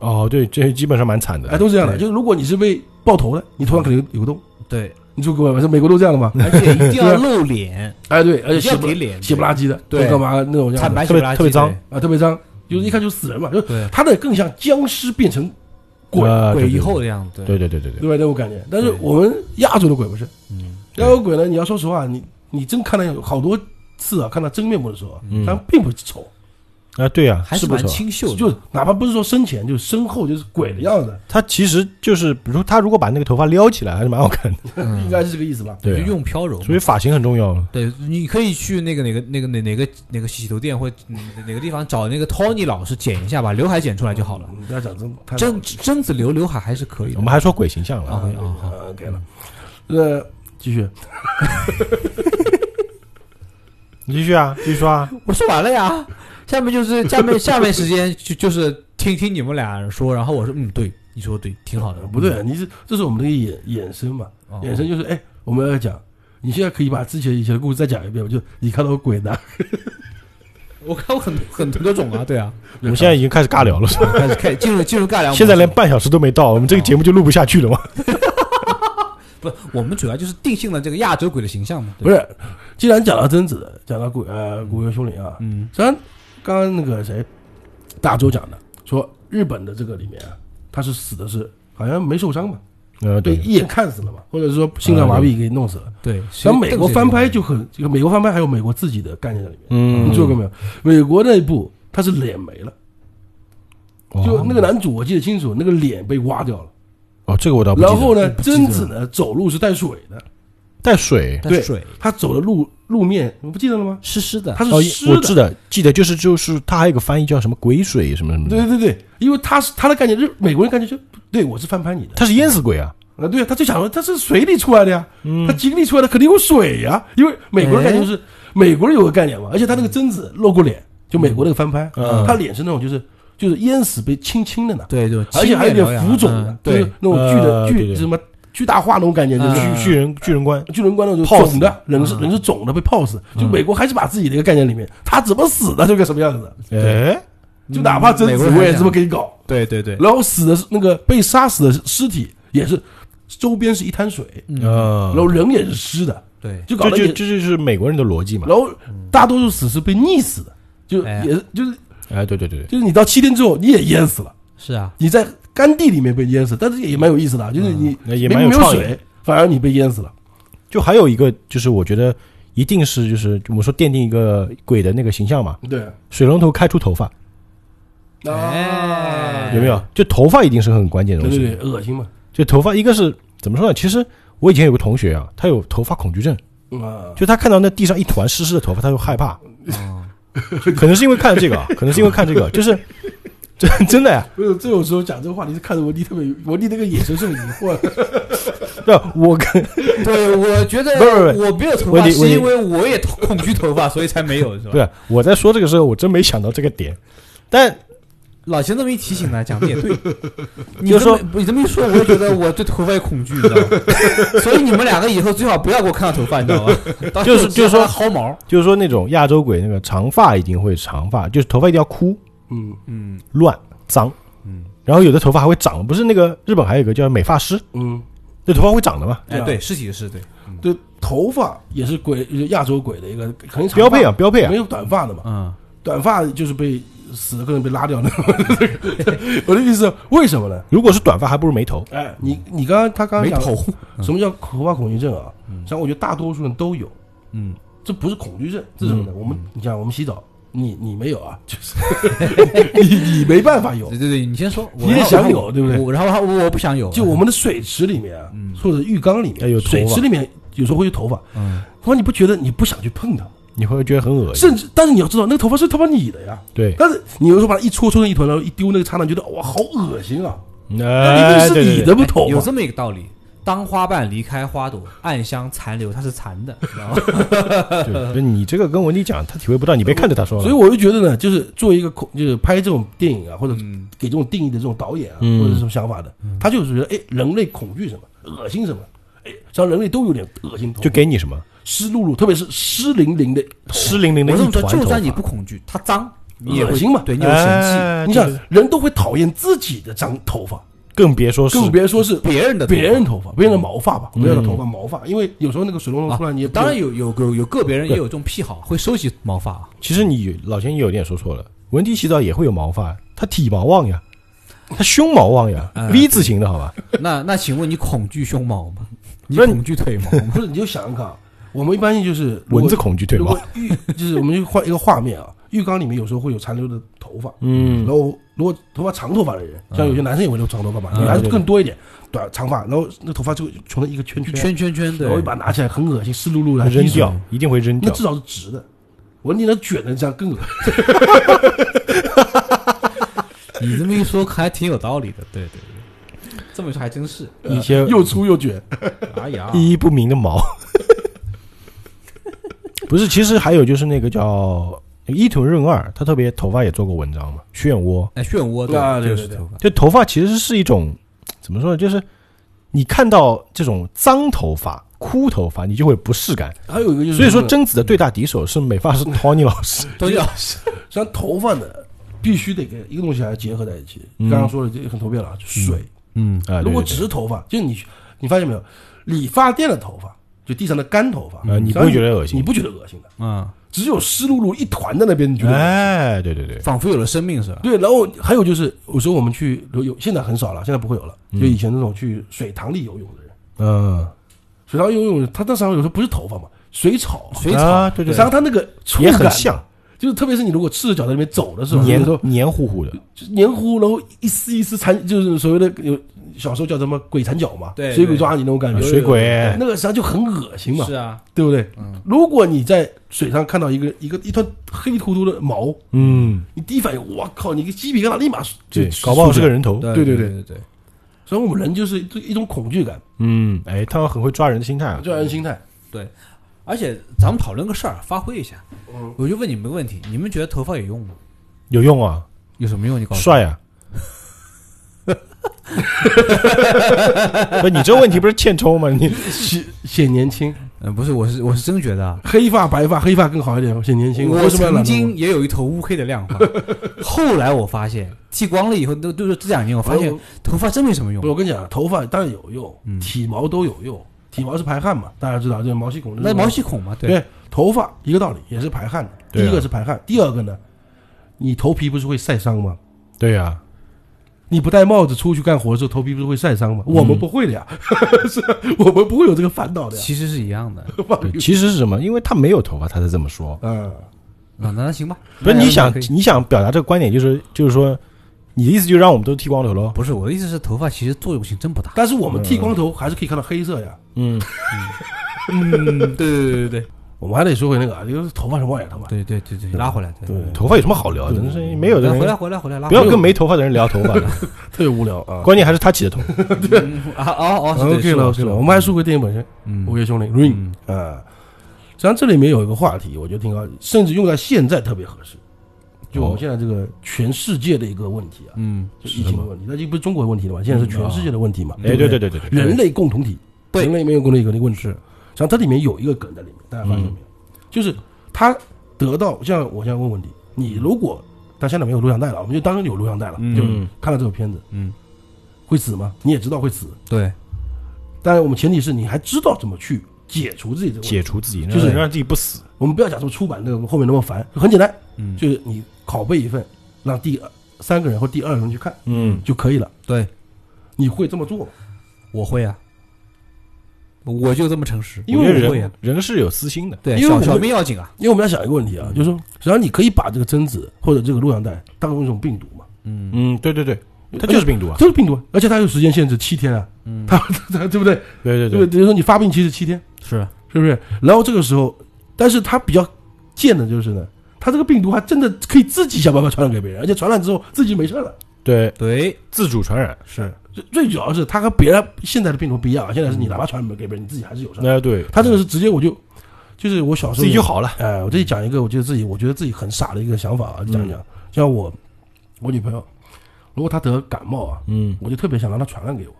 哦，对，这基本上蛮惨的。哎，都是这样的。对就是如果你是被爆头的，你头上肯定有个洞，嗯对，你就给我，美国都这样的嗯嘛。而且一 定啊要露脸，哎，对，而且一定血要不给脸，血不拉几的，对干嘛那种惨样子白特别血不拉几特别脏，啊，特别脏，就是一看就是死人嘛，就是对，他的更像僵尸变成鬼，呃鬼对对以后的样子，对，对对对对对吧？那种感觉。但是对我们亚洲的鬼不是。嗯，对亚洲鬼呢，你要说实话，你你真看到好多次啊，看到真面目的时候啊，嗯他并不丑，对，啊，对呀，还是不蛮错。清秀的，就哪怕不是说生前，就是身后就是鬼的样子，他其实就是，比如说他如果把那个头发撩起来，还是蛮好看的。嗯应该是这个意思吧？对就啊，用飘柔嘛，所以发型很重要。对，你可以去那个哪个那个哪哪个哪个洗头店或嗯哪哪个地方找那个 Tony 老师剪一下，把刘海剪出来就好了。嗯不要讲真太贞贞子留刘海还是可以的，我们还说鬼形象啊了，啊好，嗯啊，OK 了。那继续，你继续啊，继续说啊。我说完了呀。下面就是下面下面时间就就是听听你们俩说，然后我说嗯对，你说的对，挺好的嗯呃，不对，你是这是我们的一个衍衍生嘛？哦衍生就是，哎，我们要讲，你现在可以把之前以前的故事再讲一遍吗，就你看到鬼的，我看过很很很多种啊，对啊，我们现在已经开始尬聊了，是吧开始开进入进入尬聊模 式。现在连半小时都没到，我们这个节目就录不下去了嘛。不，我们主要就是定性了这个亚洲鬼的形象嘛，对不是？既然讲到贞子，讲到鬼呃古月凶铃啊，嗯虽然刚刚那个谁，大周讲的说日本的这个里面啊，他是死的是好像没受伤嘛，呃，对，被嗯一眼看死了嘛，或者说心脏麻痹给弄死了。对。然后美国翻拍就就很，这个美国翻拍还有美国自己的概念在里面，嗯你做过没有？美国那一部他是脸没了，就那个男主我记得清楚，那个脸被挖掉了。哦，这个我倒不记得然后呢，不记得贞子呢走路是带水的，带水但对水她走的路路面你不记得了吗？湿湿的，她哦是，湿我的知。道，记得就是就是，它还有个翻译叫什么鬼水什么什么对的，对对，因为他是他的概念，就是美国人感觉就对我是翻拍你的，它是淹死鬼啊。啊，对啊，他就想说他是水里出来的呀，嗯他井里出来的肯定有水呀，因为美国人概念哎就是美国人有个概念嘛，而且他那个贞子露过脸，就美国那个翻拍，嗯他脸是那种就是就是淹死被轻轻的呢，对对，而且还有点浮肿的的，，就是对，那种巨的嗯呃对巨对什么巨大化那种感觉，就是嗯巨巨人巨人观，巨人观那种泡就死肿的，人是嗯人是肿的被泡死，就美国还是把自己的一个概念里面，他怎么死的就个什么样子，哎，就哪怕贞美国子人还我也想这么给你搞，对对对，然后死的是那个被杀死的尸体也是周边是一滩水，嗯，啊然，后人也是湿的。对，就搞这得就也这就是美国人的逻辑嘛然。后大多数死是被溺死的，就哎也是就是哎，对对对对，就是你到七天之后你也淹死了，是啊，你在干地里面被淹死，但是也蛮有意思的啊，就是你那也明蛮明没有创意的。水，反而你被淹死了。就还有一个就是，我觉得一定是就是我们说奠定一个鬼的那个形象嘛，对，啊水龙头开出头发哎有没有？就头发一定是很关键的对东对西。对，恶心嘛，就头发，一个是怎么说呢？其实我以前有个同学啊，他有头发恐惧症，嗯啊，就他看到那地上一团湿湿的头发，他就害 怕，啊，可能是因为看了这个，啊，可能是因为看这个，就是真真的呀、不是这种时候讲这个话题是看着文迪特别，文迪那个眼神是很疑惑的。对吧，我跟对，我觉得不是不我没有头问发，题是问题因为我也恐惧头发，所以才没有，是不吧？是我在说这个时候，我真没想到这个点，但老秦这么一提醒呢，讲的也 对。你就是这说么你这么一说，我就觉得我对头发有恐惧，你知道吗？ 所以你们两个以后最好不要给我看到头发，你知道吗？ 到时就候是直接就是说把它薅毛，就是说那种亚洲鬼，那个长发一定会长发，就是头发一定要枯、嗯嗯乱、脏，嗯，然后有的头发还会长，不是那个日本还有一个叫美发师，嗯，那头发会长的嘛，哎，对啊对，尸体是对，对，头发也是鬼亚洲鬼的一个肯定标配啊，，标配啊没，有短发的嘛，嗯，短发就是被死的各种被拉掉的。我的意思，为什么呢？如果是短发，还不如没头。哎，你你刚刚他刚刚没讲头，嗯什么叫头发恐惧症啊？实际上，我觉得大多数人都有，嗯，这不是恐惧症，这是什么嗯呢？我们你想，我们洗澡，你你没有啊，就是 你你没办法有对。对对，你先说，我你也然后想有对不对我然后我我不想有，就我们的水池里面啊，或者浴缸里哎面，有头发水池里面有时候会有头发，嗯，他妈你不觉得你不想去碰它吗？你会觉得很恶心。甚至，但是你要知道，那个头发是他妈你的呀。对，但是你有时候把它一搓搓成一团，然后一丢那个刹那，觉得哇，好恶心啊！哎，一对定是对你对，的不啊头有发。这么一个道理。当花瓣离开花朵，暗香残留，它是残的，知道吗？ 对不是你这个跟文迪讲，他体会不到，你别看着他说了。所以我就觉得呢，就是作为一个恐，就是拍这种电影啊，或者嗯给这种定义的这种导演啊，嗯或者是什么想法的，他就是觉得，哎，人类恐惧什么，恶心什么，哎，像人类都有点恶心头发，就给你什么湿漉漉，特别是湿淋淋的。湿淋淋的我一这么团头说，发，就算你不恐惧，它脏，你也会恶心嘛对你有神哎嗯你想这个，人都会讨厌自己的脏头发，更别说是更别说是气，别人的头发别人头发，别人的毛发吧，嗯不要说头发毛发，因为有时候那个水龙头啊出来，你也不啊当然有有有有个别人也有这种癖好，会收集毛发 啊。其实你老钱也有点说错了，文迪洗澡也会有毛发，他体毛旺呀，他胸毛旺呀嗯哎，V 字形的好吧？呃那那请问你恐惧胸毛吗？你不是恐惧腿毛吗？不是，你就想一看，啊，我们一般性就是如果蚊子恐惧腿如毛果，浴 就是我们就换一个画面啊，浴缸里面有时候会有残留的头发，然嗯，后如果头发长头发的人，像有些男生也会留长头发嘛，嗯女孩子啊对更多一点，短长发，然后那头发就成了一个圈就圈，圈圈圈然后的一，把拿起来很恶心，湿漉漉的，扔掉滴水，一定会扔那掉至。少是直的。我你那卷的这样更恶心，你这么一说还挺有道理的，对对对，这么一说还真是。一些呃又粗又卷，哎呀，意义不明的 毛。不是，其实还有就是那个叫伊藤润二，他特别头发也做过文章嘛，漩涡。哎，漩涡对啊对就对是对头发，就头发其实是一种怎么说呢？就是你看到这种脏头发、枯头发，你就会不适感。还有一个就嗯是，所以说，贞子的最大敌手是美发师 Tony 老师。 都叫像头发呢，必须得跟一个东西还要结合在一起。嗯刚刚说的这个很普遍了，啊就水。嗯啊，对如果对对只是头发，就你你发现没有，理发店的头发，就地上的干头发，啊你不会觉得恶心你不觉得恶心的，嗯，只有湿漉漉一团在那边，你觉得恶心？哎，对对对，仿佛有了生命是吧？对，然后还有就是，有时候我们去有现在很少了，现在不会有了。就以前那种去水塘里游泳的人，嗯，水塘游泳，他那时候有时候不是头发嘛，水草，水草啊，对对，然后他那个触也感很像，就是特别是你如果赤着脚在那边走的时候，黏嗯有时候黏糊糊的，就是黏糊，然后一丝一丝缠，就是所谓的有小时候叫什么鬼缠脚嘛，对水鬼抓你那种感啊觉，水鬼那个实际上就很恶心嘛是，啊，对不对？如果你在水上看到一个一个一团黑秃秃的毛，嗯，你第一反应，我靠，你个鸡皮疙瘩立马就对，搞不好是个人。人头。对对对对对对，所以我们人就是一种恐惧感，嗯，哎，他们很会抓人的心态啊。这样的心态。而且咱们讨论个事儿，发挥一下嗯。我就问你们个问题：你们觉得头发有用吗？有用啊，有什么用？你告诉我。帅 啊！不，你这问题不是欠抽吗？ 你显显年轻，嗯，不是，我是我是真觉得啊，黑发白发，黑发更好一点，显年轻。我为什么曾要染头发经也有一头乌黑的亮发，后来我发现剃光了以后，都都是这两年我发现我头发真没什么不是我用。跟你讲，头发当然有用，体毛都有用。体毛是排汗嘛，大家知道，这毛细孔。那毛细孔嘛，对，对头发一个道理，也是排汗的。第对啊一个是排汗，第二个呢，你头皮不是会晒伤吗？对呀、你不戴帽子出去干活的时候，头皮不是会晒伤吗？我们不会的呀， 是我们不会有这个烦恼的呀。其实是一样的。对其实是什么？因为他没有头发，他才这么说。嗯，啊那那行吧，哎不是那你想可以你想表达这个观点，就是就是说，你的意思就是让我们都剃光头喽？不是我的意思是头发其实作用性真不大。但是我们剃光头还是可以看到黑色呀。嗯，嗯，对对对对我们还得说回那个，啊，就是头发是望远头发，对对对对对，拉回来，对，对，头发有什么好聊的？真是没有的回来人，回来回来，拉不回要来。跟没头发的人聊头发了。特别无聊啊。 关键还是他起的头。嗯 啊哦哦是对 OK 是了的 OK 是的了，我们还说回电影本身，嗯《午夜凶铃》Ring 啊，实际上这里面有一个话题，我觉得挺好，甚至用在现在特别合适。就我们现在这个全世界的一个问题啊，嗯就疫情的问题，那就不是中国的问题了嘛，现在是全世界的问题嘛。哎，对对不对对对对，人类共同体，对人类没有共同体的问题。实际上它里面有一个梗在里面，大家发现没有？就是他得到，像我现在问问题，你如果但现在没有录像带了，我们就当成有录像带了，嗯就看了这个片子嗯，会死吗？你也知道会死，对，当然我们前提是你还知道怎么去解除自己的问题。解除自己，就是让自己不死。我们不要讲什么出版那个后面那么烦，很简单，嗯就是你拷贝一份，让第二三个人或第二个人去看嗯，就可以了。对，你会这么做吗？我会啊，我就这么诚实，我觉得我会啊人，人是有私心的。对，因为小我小们命要紧啊，因为我们要想一个问题嗯啊，就是说，实际上你可以把这个贞子或者这个录像带当成一种病毒嘛，嗯，嗯，对对对，它就是病毒啊。这是病毒，而且它有时间限制，七天啊，嗯 它它对不对？对对，对，比如说你发病期是七天，是是不是？然后这个时候，但是它比较贱的就是呢，它这个病毒还真的可以自己想办法传染给别人，而且传染之后自己没事了。对对，自主传染。是最最主要是它和别人现在的病毒不一样啊，现在是你哪怕传染给别人，你自己还是有事儿。那对，它这个是直接我就，就是我小时自候己就好了。哎，我这里讲一个，我觉得自己我觉得自己很傻的一个想法啊，讲一讲。像我，我女朋友，如果她得感冒啊，嗯，我就特别想让她传染给我，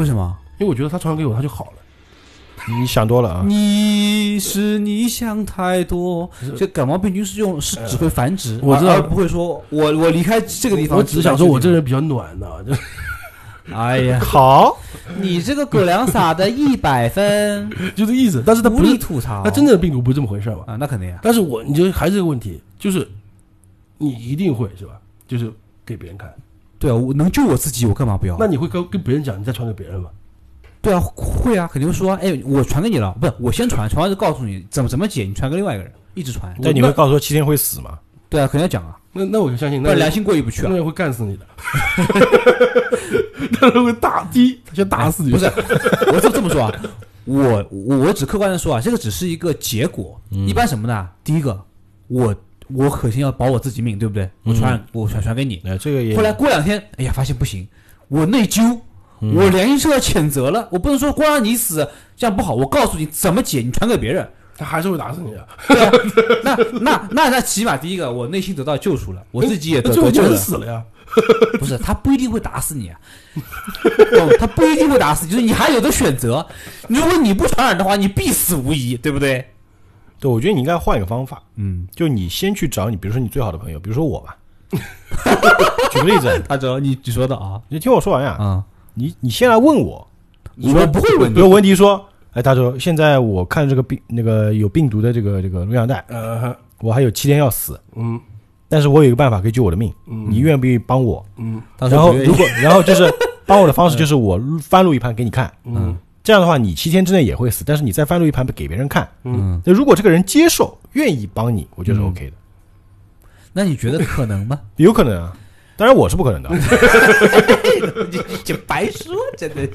为什么？因为我觉得她传染给我，她就好了。你想多了啊。你是你想太多，这感冒病菌是用是只会繁殖，呃我知道而而不会说我我离开这个地方，我只是想说，我这个人比较暖呐、就是 地方，哎呀，好，你这个狗粮撒的一百分，就这意思。 但是她无不力是，吐槽，她真正的病毒不是这么回事嘛。啊，那肯定呀，但是我，你就还是这个问题，就是你一定会是吧？就是给别人看，对啊，我能救我自己，我干嘛不要？啊那你会跟跟别人讲，你再传给别人吗？对啊，会啊，肯定会说，哎，我传给你了，不是我先传，传完就告诉你怎么怎么解，你传给另外一个人，一直传，但你会告诉我七天会死吗？对啊，肯定要讲啊，那那我就相信，不那然良心过意不去啊那，人会干死你的，那人会打第一，他先打死你。哎不是， 我就这么说啊，我我我只客观的说啊，这个只是一个结果。嗯一般什么呢？第一个，我我肯定要保我自己命，对不对？我传、嗯我传传给你，哎，这个也后来过两天，哎呀，发现不行，我内疚，嗯我良心受到谴责了，我不能说光让你死，这样不好。我告诉你怎么解，你传给别人。他还是会打死你的。对啊，那那那那起码第一个，我内心得到救赎了，我自己也得得最后嗯救就了人。死了呀。不是，他不一定会打死你、 啊，懂他不一定会打死你，就是你还有的选择。如果你不传染的话，你必死无疑，对不对？对，我觉得你应该换一个方法，嗯，就你先去找你，比如说你最好的朋友，比如说我吧。举个例子，啊大哲，你你说的啊，你听我说完呀。啊、你你先来问我，你说我不会问比你，如文迪说：“哎，大周，现在我看这个病那个有病毒的这个这个录像带，呃，我还有七天要死，嗯但是我有一个办法可以救我的命，嗯你愿不愿意帮我？嗯大哲然后不愿意如果然后就是帮我的方式就是我翻录一盘给你看，嗯这样的话你七天之内也会死，但是你再翻录一盘给别人看。嗯，那如果这个人接受愿意帮你，我觉得是 OK 的，那你觉得可能吗？有可能啊。当然我是不可能的， 你你白说，真的是，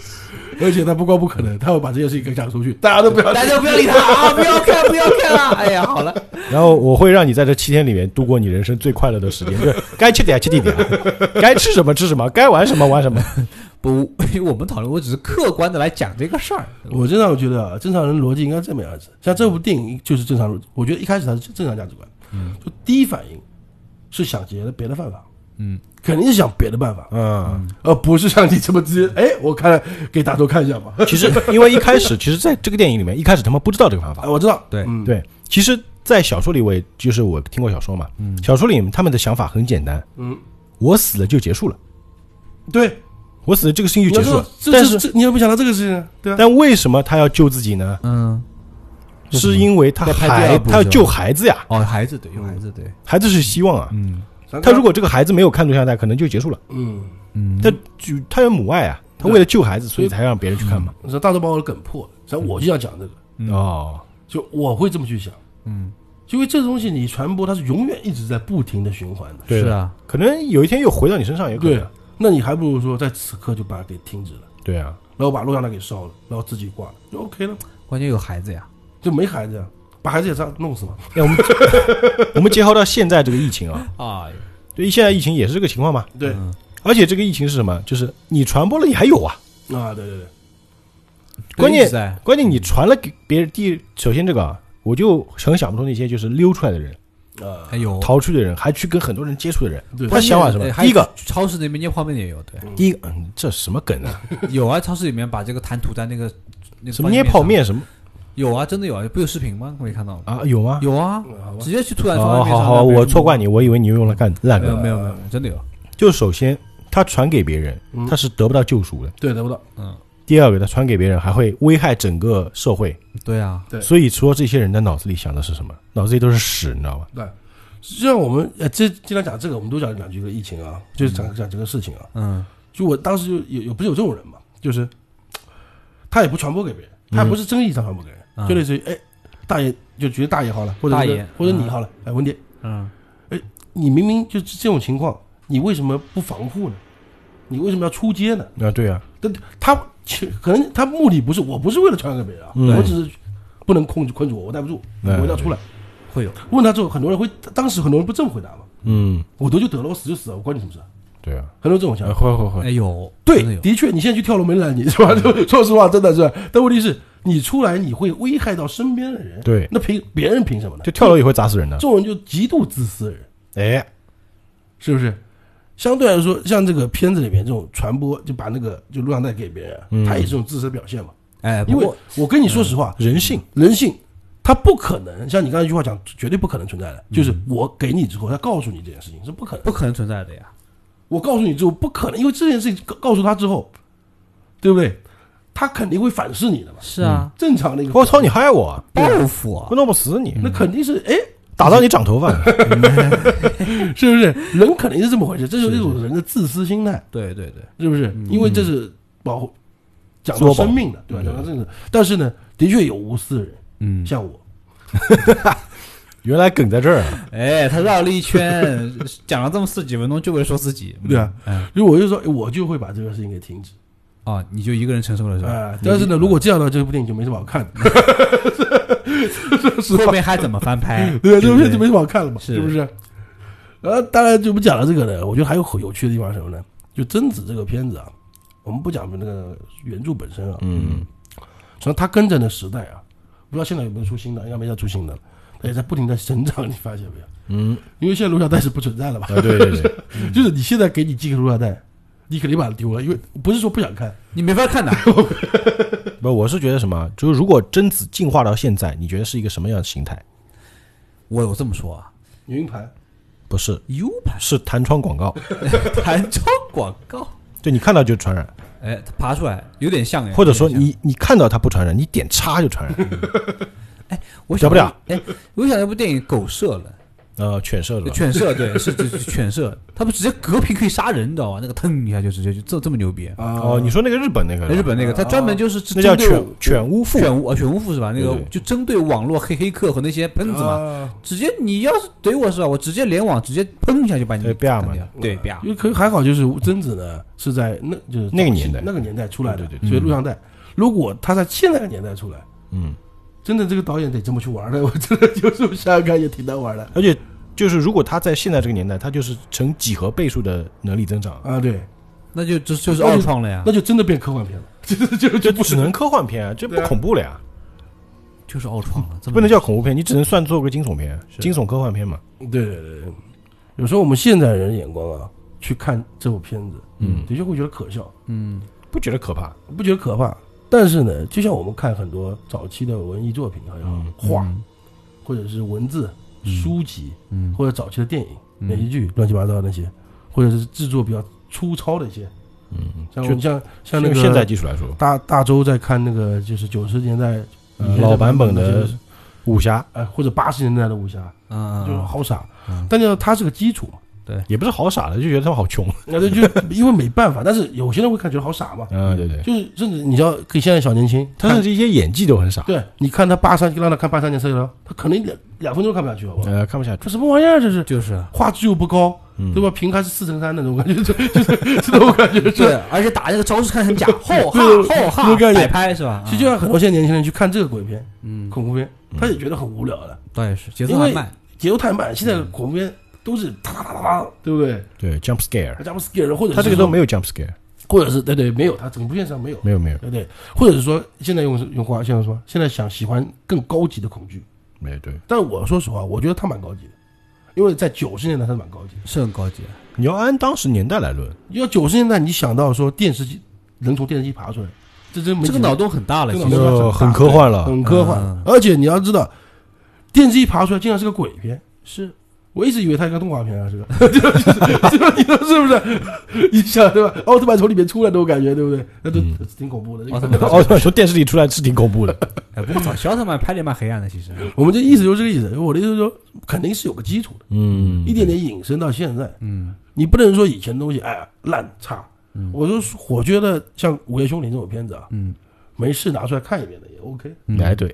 而且他不光不可能，他要把这件事情给讲出去，大家都不 要。大家不要理他啊，不要看，不要看了。哎呀，好了， 然后我会让你在这七天里面度过你人生最快乐的时 间，就是该吃点吃地点，啊该吃什么吃什么，该玩什么玩什么。不，因为我们讨论，我只是客观的来讲这个事儿。我正常觉得啊，正常人逻辑应该这么样子。像这部电影就是正常逻辑，我觉得一开始它是正常价值观，就第一反应是想别的别的办法，嗯，肯定是想别的办法，嗯，而不是像你这么直接。哎，我看给大头看一下吧。嗯其实因为一开始，其实在这个电影里面，一开始他们不知道这个方啊，法。我知道，对嗯，对，其实，在小说里，我也就是我听过小说嘛，嗯小说里面他们的想法很简单，嗯，我死了就结束了，对，我死了这个事情你就要结束说了。这但这是，这，你要不想到这个事情啊，对吧？但为什么他要救自己呢？嗯，为什么是因为他在拍第孩二部他要是吧救孩子呀，哦，孩子对，有孩子对，孩子是希望啊。嗯他如果这个孩子没有看录像带，可能就结束了。嗯，嗯他就他有母爱啊，他为了救孩子，所以才让别人去看嘛。你说大头把我的梗破了，然后我就要讲这个，哦，就我会这么去想，嗯，因为这东西你传播它是永远一直在不停的循环的，对是的，啊，可能有一天又回到你身上，也可对啊能。，那你还不如说在此刻就把它给停止了，对啊，然后把录像带给烧了，然后自己挂了，就 OK 了。关键有孩子呀，就没孩子呀，啊把孩子也这样弄死了。哎，我们我们结合到现在这个疫情 啊，啊，对，现在疫情也是这个情况嘛。对嗯而且这个疫情是什么？就是你传播了，你还有啊。啊，对对对，关键一直在关键你传了给别人，第一首先这个啊，我就很想不通那些就是溜出来的人、啊，还有逃出去的人，还去跟很多人接触的人。对他想法是什么哦哎还第一个有超市里面捏泡面也有，对，第一个，嗯，这什么梗啊？有啊，超市里面把这个痰吐在那个那个什么捏泡面什么有啊，真的有啊，不有视频吗？没看到吗？啊？有吗？有啊，嗯好吧直接去吐在方哦，便面好上。好，让别人我摸错怪。你，我以为你用了干烂没梗有。没有没有，真的有。就首先他传给别人，他是得不到救赎的；对得不到，嗯，第二个，他传给别人还会危害整个社会。对啊，对所以说，这些人的脑子里想的是什么？脑子里都是屎，你知道吧？对。就像我们呃，这经常讲这个，我们都讲讲这个疫情啊，就是讲讲这个事情啊。嗯，就我当时就有有不是有这种人嘛，就是他也不传播给别人，他也不是真意义上传播给人，嗯就类似于哎，大爷就觉得大爷好了，或者大是爷或者你嗯好了，哎，文迪，嗯，你明明就是这种情况，你为什么不防护呢？你为什么要出街呢？啊，对啊，但他其可能他目的不是，我不是为了传染给别人啊，嗯我只是不能控制困住我，我待不住，我嗯一定要出来。会有。问他之后，很多人会，当时很多人不这么回答嘛，嗯，我得就得了，我死就死了，我关你什么事啊？对啊，很多这种想哎法。会会会，哎有，真的对，有。嗯的确，你现在去跳楼没人拦你是吧？就 说实话，真的是。但问题是，你出来你会危害到身边的人，对，那凭别人凭什么呢？就跳楼也会砸死人的这。种人就极度自私的人，哎，是不是？相对来说，像这个片子里面这种传播，就把那个就录像带给别人啊，嗯他也是这种自私的表现嘛。哎，不因为过嗯我跟你说实话，人性，人性，它不可能像你刚才一句话讲，绝对不可能存在嗯的。就是我给你之后，他告诉你这件事情是不可能不的。可能存在的呀。我告诉你之后，不可能，因为这件事情告告诉他之后，对不对？他肯定会反噬你的嘛。是啊，正常的一个，我操，你害我啊，报复啊我，弄不死你，那肯定是哎，打到你长头发。是不是？人肯定是这么回事，这就是一种人的自私心态，对对对，是不是？因为这是保护讲自到我保护生命的，对吧？讲到这个，但是呢，的确有无私的人，嗯，像我，原来梗在这儿啊，哎，他绕了一圈，讲了这么四几分钟，就为了说自己，对啊嗯，因为我就说，哎我就会把这个事情给停止。啊，你就一个人承受了是吧？哎啊，但是呢，如果这样的话，这部电影就没什么好看的，？后面还怎么翻 拍嗯对吧？这不部片就没什么好看了嘛，是是不是？然后当然就不讲了这个呢，我觉得还有很有趣的地方是什么呢？就贞子这个片子啊，我们不讲那个原著本身啊，嗯，所以它跟着那时代啊，不知道现在有没有出新的，应该没再出新的了，它也在不停的成长，你发现没有？嗯，因为现在录像带是不存在了吧？啊对对对，就是你现在给你寄个录像带，你肯定把它丢了，因为不是说不想看，你没法看的。不，我是觉得什么，就是如果贞子进化到现在，你觉得是一个什么样的形态？我有这么 说啊云盘不是， ，U 盘是弹窗广告，弹窗广告，对你看到就传染，哎，它爬出来有点像哎，或者说有点像你你看到它不传染，你点叉就传染。我小想不了，哎，我想那部电影《狗舍》了，呃，犬舍是吧？犬 舍对，是是是犬舍，他们直接隔屏可以杀人，你知道吧？那个腾一下就直接就这这么牛逼。哎啊，哦，你说那个日本那个是吧，日本那个，他专门就是啊那叫针对犬犬巫妇，犬巫啊，犬巫妇是吧？那个对对就针对网络黑黑客和那些喷子嘛，啊，直接你要是怼我是吧？我直接联网直接砰一下就把你对啪嘛干掉，对啪因，为可还好，就是贞子呢是在那就是那个年代那个年代出来的，对对对所以录像带，如果他在现在的年代出来，嗯，真的这个导演得这么去玩的，我真的 就是想想看也挺难玩的而且就是如果它在现在这个年代，它就是成几何倍数的能力增长，啊，对，那就这就是那就二创了呀那，就真的变科幻片了，就是就这就不只能科幻片啊，这不对啊恐怖了呀，就是二创了，这么不能叫恐怖片，你只能算做个惊悚片、惊悚科幻片嘛。对对对，对有时候我们现代人的眼光啊，去看这部片子，嗯，的确会觉得可笑，嗯不觉得可怕，不觉得可怕。但是呢，就像我们看很多早期的文艺作品，好像嗯画或者是文字、书籍，嗯或者早期的电影、嗯连续剧、乱七八糟的那些，或者是制作比较粗糙的一些，嗯，像我们像像那用个现在技术来说，大大周在看那个就是九十年代呃老版本的就是武侠哎或者八十年代的武侠，嗯就是好傻嗯。但是它是个 基础嘛，也不是好傻的，就觉得他们好穷。那就就因为没办法，但是有些人会看觉得好傻嘛，啊，对对，就是甚至你知道给现在小年轻，他看甚至一些演技都很傻，对，你看他八三，让他看八三年色狼，他可能两两分钟看不下去，好不好？呃，看不下去。这什么玩意儿？这是就是画质又不高，嗯对吧？平开是四乘三那种感觉，就 就是这种感觉，对是。，而且打那个招式看很假，后哈 对后这哈种感觉摆拍是吧？啊其实就像很多现在年轻人去看这个鬼片、嗯，恐怖片，他也觉得很无聊了。倒也是节奏还慢，节奏太慢，现在恐怖片都是哒哒哒哒，对不嗯对？对，jump scare，还加不 scare，或者他这个都没有，有 jump scare，或者是对对没有，他整部片上没有，没有没有对对，或者是说现在用用话像说现在想喜欢更高级的恐惧，没有，对，但我说实话，我觉得他蛮高级的，因为在九十年代他是蛮高级的。是很高级。你要按当时年代来论，要九十年代，你想到说电视机能从电视机爬出来，这真没这个几个脑洞很大了，这其个实脑洞就很科幻了，很科幻嗯，而且你要知道，电视机爬出来竟然是个鬼片。是我一直以为它是个动画片啊，是个， 就是就是你说是不是？ 一下对吧？奥特曼从里面出来那种感觉，对不对？那都嗯挺恐怖的。奥特曼 奥特曼从哦电视里出来是挺恐怖 的，哎，不过早期奥特曼拍的也蛮黑暗的，其实。我们这意思就是这个意思。我的意思是说，肯定是有个基础的，嗯一点点引申到现在。嗯你不能说以前的东西哎烂差。我说我觉得像《午夜凶铃》这种片子啊，嗯，没事拿出来看一遍的也 OK。嗯哎，对，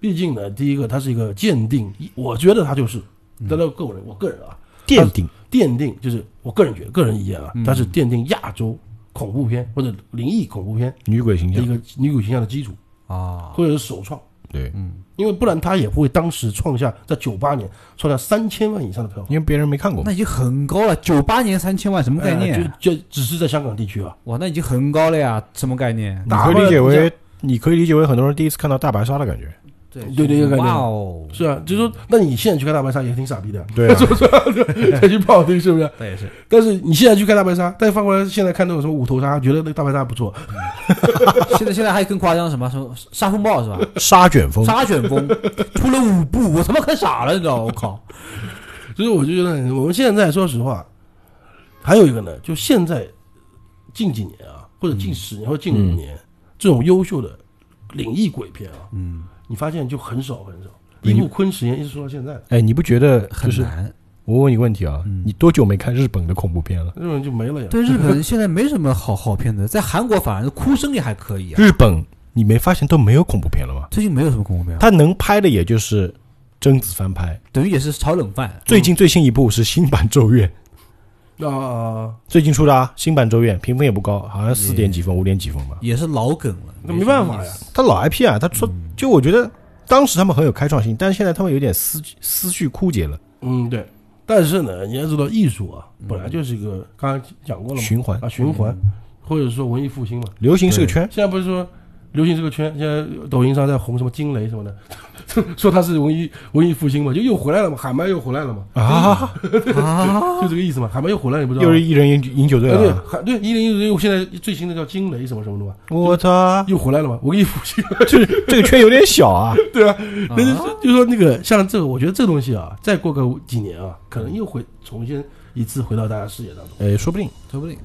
毕竟呢，第一个它是一个鉴定，我觉得它就是，嗯但是个人我个人啊，奠定，奠定就是我个人觉得个人意见啊嗯，它是奠定亚洲恐怖片或者灵异恐怖片女鬼形的一象，个女鬼形象的基础，嗯啊，或者是首创，对，嗯，因为不然它也不会当时创下在九八年创下三千万以上的票房。因为别人没看过嘛那，已经很高了，九八年三千万什么概念？啊哎就就只是在香港地区啊，哇，那已经很高了呀，什么概念？你可以理解为，你可以理解为很多人第一次看到大白鲨的感觉，对对对有概念哇哦，是啊，就是说，那你现在去看大白鲨也挺傻逼的，对啊， 再去不好听是不是？那也是，啊但是你现在去看大白鲨，但放过来现在看那种什么五头鲨，觉得那个大白鲨不错，现在现在还更夸张，什么什么沙风暴是吧？沙卷风，沙卷风出了五部，我他妈看傻了，你知道吗？我靠，所以我就觉得我们现在说实话，还有一个呢，就现在近几年啊，或者近十年、或者近五年，这种优秀的灵异鬼片啊，嗯，你发现就很少很少。灵一部昆实验一直说到现在，哎，你不觉得很就是？难。我问你个问题啊嗯，你多久没看日本的恐怖片了？日本就没了呀。对 日本现在没什么好好片子，在韩国反而哭声也还可以啊。日本你没发现都没有恐怖片了吗？最近没有嗯什么恐怖片啊，他能拍的也就是贞子翻拍，等于也是炒冷饭。最近最新一部是新版《咒怨》，啊啊，最近出的啊，新版《咒怨》评分也不高，好像嗯四点几分、五点几分吧。也是老梗了，那没办法什么意呀思。。他老 IP 啊，他说嗯就我觉得当时他们很有开创性，但是现在他们有点思思绪枯竭了，嗯，对。但是呢，你要知道，艺术啊，本来就是一个刚才讲过了嘛，循环啊，循环，或者说文艺复兴嘛。流行是个圈，现在不是说流行这个圈，现在抖音上在红什么惊雷什么的， 说它是文艺文艺复兴嘛，就又回来了嘛，喊麦又回来了嘛，啊， 啊，就这个意思嘛，喊麦又回来，你不知道又吗？是一人饮饮酒啊哎醉对，了。喊对一零一零，现在最新的叫惊雷什么什么的嘛，我操，又回来了嘛，文艺复兴，这这个圈有点小 啊，对啊，那就就说那个像这个，我觉得这东西啊，再过个几年啊，可能又回重新一次回到大家视野当中，呃，说不定说不定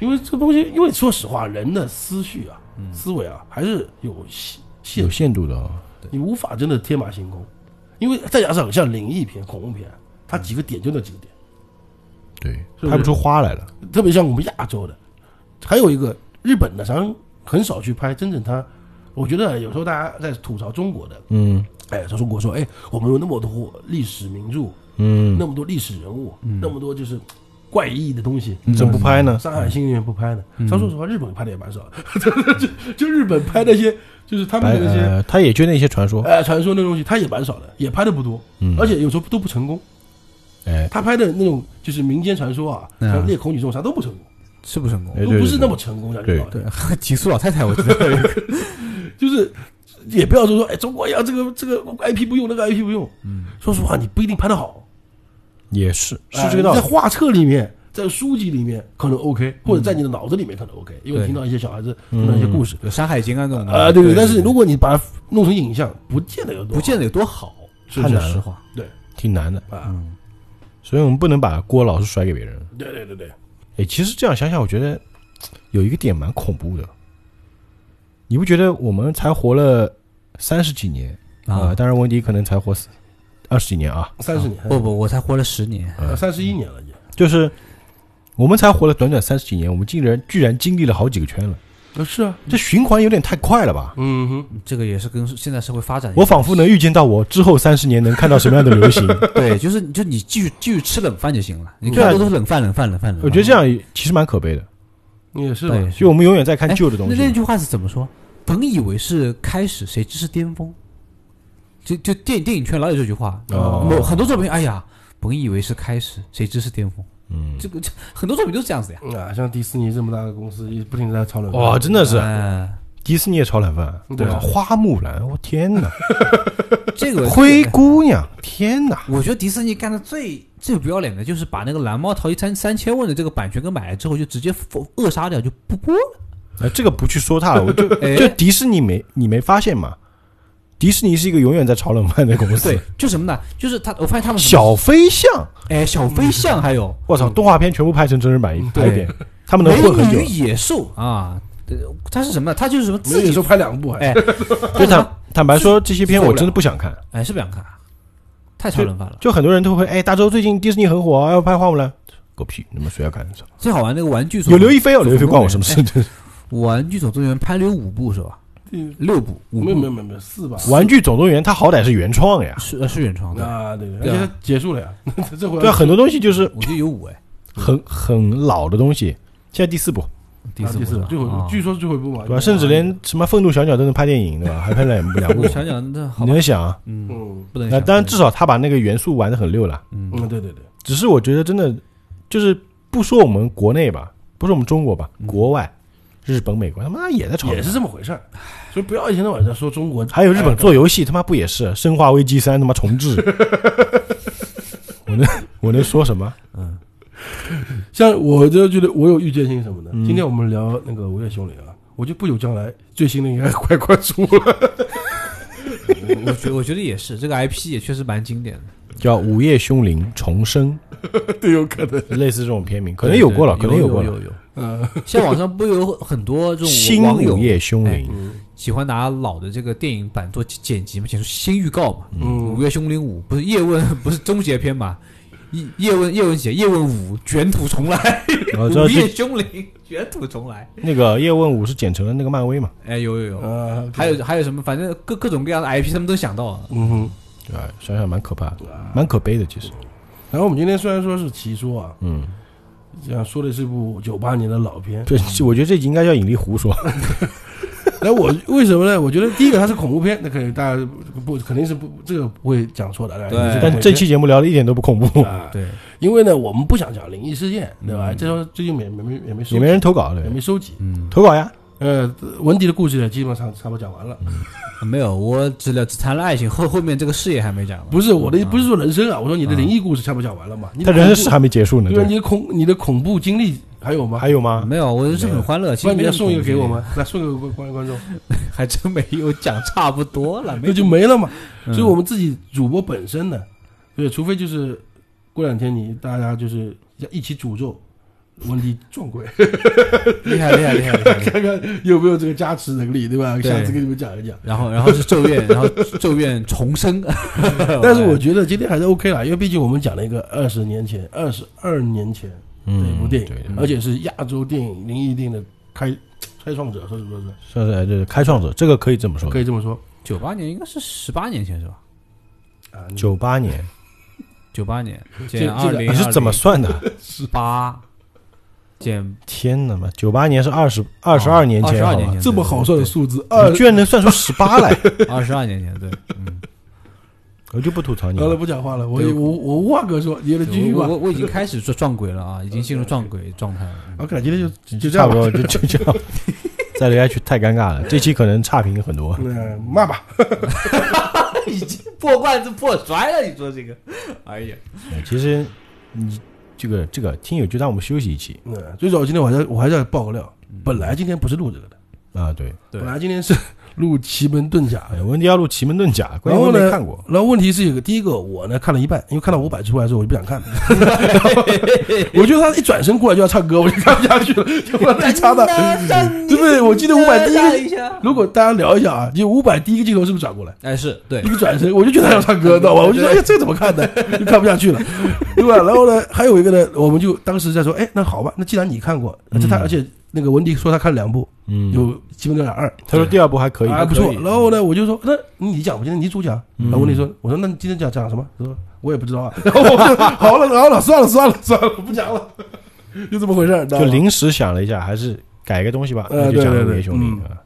因为这个东西，因为说实话，人的思绪啊、思维啊，还是有限限有限度的啊。你无法真的天马行空，因为再加上像灵异片、恐怖片，它几个点就那几个点，对，是拍不出花来了。特别像我们亚洲的，还有一个日本的，常常很少去拍真正它。我觉得有时候大家在吐槽中国的，嗯哎，说中国说，哎，我们有那么多历史名著，嗯，那么多历史人物，那么多就是怪异的东西，怎么不拍呢？上海新人不拍的。他说实话，日本拍的也蛮少的， 就就日本拍那些，就是他们白的那些，呃，他也就那些传说，哎，传说那东西，他也蛮少的，也拍的不多，嗯而且有时候都不成功。哎，他拍的那种就是民间传说啊，嗯像猎口女这种啥都不成功，是不成功哎？对都对不是那么成功，讲句老实对， 极速老太太，我记 得就是也不要说说，哎，中国呀，这个这个 IP 不用，那个 IP 不用，说实话，你不一定拍得好，也是是哎这个道你理在。画册里面，在书籍里面可能 OK，或者在你的脑子里面可能 OK，因对为你听到一些小孩子听到一些故事有《山海经》啊这种的啊，对对，但是对如果你把它弄成影像，不见得有多不好，见得有多好，是太是难是了实话。嗯对挺难的，啊，所以我们不能把锅老是甩给别人。对对对对，哎，其实这样想想，我觉得有一个点蛮恐怖的。你不觉得我们才活了三十几年啊、啊当然，文迪可能才活四二十几年啊。三十年，呃不不，我才活了十年，三十一年了也，就是我们才活了短短三十几年，我们竟然居然经历了好几个圈了。呃是啊，这循环有点太快了吧？嗯哼，这个也是跟现在社会发展有关系。我仿佛能预见到我之后三十年能看到什么样的流 行。对，就是就你继续继续吃冷饭就行了，你对啊看都是冷饭冷饭冷饭冷我饭。觉得这样其实蛮可悲的，也是吧对，就我们永远在看哎旧的东那那西。句话是怎么说？本以为是开始，谁知是巅峰。就就电影电影圈老有这句话，哦某很多作品，哎呀，本以为是开始，谁知是巅峰。嗯，这个这很多作品都是这样子呀。啊，像迪士尼这么大的公司，一直不停地在炒冷饭。哇，真的是哎迪士尼也炒冷饭。对啊哇花木兰，我天哪！这 个灰姑娘，天哪！我觉得迪士尼干的最最不要脸的就是把那个《蓝猫淘气三三千问》的这个版权给买了之后，就直接封扼杀掉，就不播了。呃，这个不去说 它了，我就哎就迪士尼没你没发现吗？迪士尼是一个永远在炒冷饭的公司对。，就什么呢？就是他，我发现他们什么小飞象，哎小飞象还有我操，动画片全部拍成真人版嗯拍一对遍，他们能美混很久女。野兽啊，对它是什么呢？它就是什么自自己己说拍两部还哎，就就坦坦白 说，这些片我真的不想看。哎是不想看啊，太超人饭了。就很多人都会，哎，大周最近迪士尼很火，要拍花木兰。狗屁，你们谁要看？最好玩那个玩具总有刘亦菲哦，刘亦菲关我什么事？玩具总动员拍了有五部是吧？嗯六部五 没有没部有没有没有四吧？ 玩具总动员它好歹是原创呀，是呃是原创的，啊，对对，对而啊且它结束了呀， 这回对啊，很多东西就是我觉得有五啊哎，很很老的东西。现在第四部，第啊四第部四是吧最后啊据说是最后一部嘛，对吧？甚至连什么愤怒小鸟都能拍电影，对吧？还拍两部两部 我。想想那好你吧，能想啊？嗯，嗯不能那想。当然，至少他把那个元素玩的很溜了。嗯嗯，对对对，只是我觉得真的就是不说我们国内吧，不说我们中国吧，嗯国外，日本、美国他妈也在炒，也是这么回事儿，所以不要一天到晚在说中国，还有日本哎做游戏，他妈不也是《生化危机三》他妈重 置？我能我能说什么？像我就觉得我有预见性什么的。嗯今天我们聊那个《午夜凶铃》啊，我就不久将来最新的应该快快出了。我觉我觉得也是，这个 IP 也确实蛮经典的，叫《午夜凶铃重生对，有可能。》，类似这种片名，可能有过了，对可对能有过了。有有。 嗯现在网上不有很多这种新网《友午夜凶铃》喜欢拿老的这个电影版做剪辑嘛，剪出新预告嘛，嗯五，月凶铃五不是叶问 不是终结篇嘛？叶叶问叶问写叶问五卷土重来，然后午这夜这凶铃 卷土重来。那个叶问五是剪成了那个漫威嘛？哎，有有有，啊，还有还有什么？反正各各种各样的 IP 他们都想到了。嗯哼。对吧？想想蛮可怕的，蛮可悲的，其实。然后我们今天虽然说是奇说啊，嗯，这样说的是一部九八年的老 片，对，我觉得这集应该叫引力胡哎说。 那我为什么呢？我觉得第一个它是恐怖片，那可以大家不不肯定是不这个不会讲错的。对肯定是 但这期节目聊的一点都不恐怖，啊，对，因为呢，我们不想讲灵异事件，对吧？嗯这时候最近也没没也没收也没人投稿也对，没收集。嗯，投稿呀。呃，文迪的故事呢，基本上差不多讲完了。没有，我只聊只谈了爱情，后后面这个事业还没讲呢。不是我的，不是说人生啊，我说你的灵异故事差不多讲完了嘛？你的他人生恐是怖还没结束呢，对啊，对，你的恐你的恐怖经历还有吗？还有吗？没有，我人生很欢乐。其实不然你没有要送一个给我吗？来送一个给观观众，恐惧？还真没有，讲差不多了，没那就没了嘛。嗯所以我们自己主播本身呢，对，除非就是过两天你大家就是一起诅咒文迪撞鬼， 厉害厉害厉害厉害。厉害看看有没有这个加持能力，对吧？对下次给你们讲一讲。然后然后是咒怨，然后咒怨重生。 但是我觉得今天还是 OK 啦，因为毕竟我们讲了一个二十年前、二十二年前的一部电影，嗯对的而且是亚洲电影灵异电影的开开创者，说是不是？算是哎对开创者，这个可以这么说可。以这么说 九八年应该是十八年前是吧？啊。九八年九八年这减这二个你零是怎么算 的？啊八减天哪妈，九八年是二十二十二年前， 22好年吧前这么好算的数字，二你居然能算出十八来， 二十二年前对， 嗯，我就不吐槽你好了，了。不讲话了，我对我我忘哥说，你的继续我吧我。我已经开始撞撞鬼了啊，已经进入撞鬼状态了。嗯 OK，今天就就这差样不多吧，就就这 样，再聊下去太尴尬了。这期可能差评很多。嗯，骂吧，已经破罐子破摔了，你说这个，哎呀，哎嗯其实你这个这个听友就当我们休息一期嗯，最早今天我还要我还是要爆个料，本来今天不是录这个的，啊，嗯对。对本来今天是 录奇门遁甲哎，温迪要录《奇门遁甲》，关然键后我没呢看过。然后问题是有个第一个，我呢看了一半，因为看到五百出来之后我就不 想看了，我觉得他一转身过来就要唱歌，我就看不下去了，就把太差的，哎对不对？我记得五百第一个，个，如果大家聊一下啊，就五百第一个镜头是不是转过来？哎是对一，个转身，我就觉得他要唱歌，知道吧？我就说，哎呀，这怎么看的？就看不下去 了，对吧？然后呢，还有一个呢，我们就当时在说，哎，那好吧，那既然你看过，而且他，而且那个文迪说他看了两部，嗯，有《七分之两二》，他说第二部还可以，啊还不错可。以然后呢，我就说，那你讲吧，今天你主讲。嗯然后文迪说，我说那你今天讲讲什么？他说我也不知道啊。然后我就好了，好了，算了，算了，算了，不讲了，就这么回事儿。就临时想了一下，还是改个东西吧，呃那就讲《对对午对夜凶铃嗯》啊。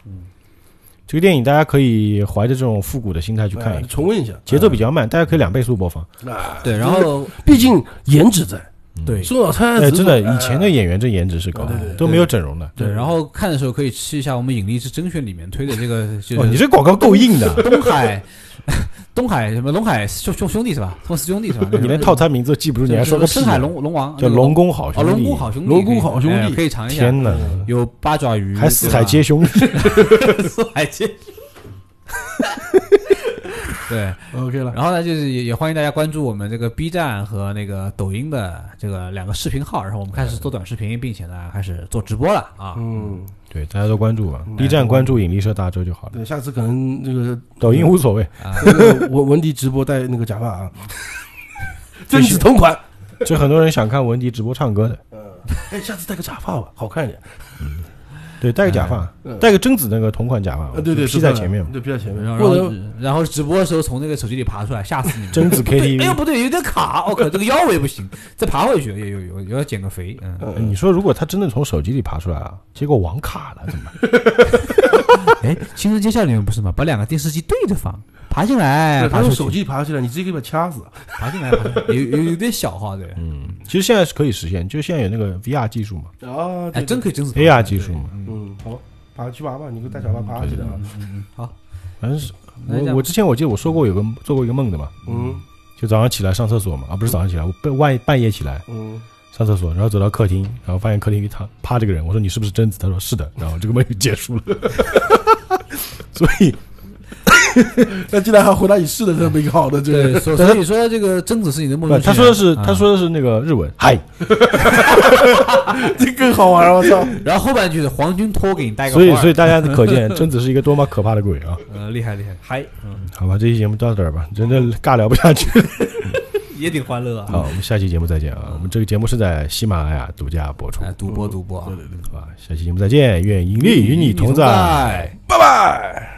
这个电影大家可以怀着这种复古的心态去去看一看，哎重温一下节奏比较慢，大家可以两倍速播放。啊，对，然后毕竟颜值在，对宋老太哎，太真的，以前的演员这颜值是高对对的，对都没有整容的。对，然后看的时候可以吃一下我们引力之争选里面推的这个，就哦，你是这广告够硬的，东海，东海什么龙海兄兄兄弟是吧？宋氏兄弟是吧？ 你连套餐名字都记不住，你还说个屁深呢？海龙龙王叫那个龙宫好哦，兄弟，龙宫好兄弟，嗯龙宫好兄弟嗯哎可以尝一下，天哪，有八爪鱼，还四海皆兄啊弟，对吧四海皆。 对，哎 OK 了。然后呢，就是也也欢迎大家关注我们这个 B 站和那个抖音的这个两个视频号，然后我们开始做短视频，并且呢开始做直播了啊。嗯，对，大家都关注吧，B 站关注引力社大周就好了，对，下次可能这个抖音无所谓，那个文文迪直播戴那个假发啊， 真子同款。这很多人想看文迪直播唱歌的，哎，下次戴个假发吧，好看一点。对，戴个假发，嗯戴个贞子那个同款假发，啊，对对，披在前面嘛，对，披在前面。然后然或者后然后直播的时候从那个手机里爬出来，吓死你！贞子对，哎呦 KTV。不对，有点卡，我靠，这个腰围不行，再爬回去，也有有有要减个肥，嗯，哎你说如果他真的从手机里爬出来啊，结果网卡了怎么办？哎，新人街校里面不是吗？把两个电视机对着放，爬进来，他哎爬用出手去，机爬起来，你直接给他掐死。爬进来，爬进来，有有有点小哈，对，嗯，其实现在是可以实现，就现在有那个 VR 技术嘛啊，还对哎真可以真是爬进，AR 来技术嘛，嗯，好，爬去爬吧，你给我戴假发爬起来啊。好，反正是那这我样我之前我记得我说过有个做过一个梦的嘛，嗯就早上起来上厕所嘛，啊不是早上起来，我半半半夜起来嗯， 上厕所，然后走到客厅，然后发现客厅里躺趴着个人，我说你是不是贞子？他说是的，然后这个梦就结束了。 所以那既然还回答你是的，这么一个好的这个对，所所以说这个贞子是你的梦不中情人，他说的是啊他，说的是那个日文，嗨，这更好玩儿，我操！然后后半句是皇军托给你带个所以所以以大家可见贞子是一个多么可怕的 鬼啊！呃厉害厉害，嗨，嗯，好吧，这期节目到这儿吧，真的尬聊不下 去。也挺欢乐啊，好，我们下期节目再见啊！我们这个节目是在喜马拉雅独家播出，哎，赌博赌博啊，好吧？下期节目再见，愿引力与你同在。在。拜拜。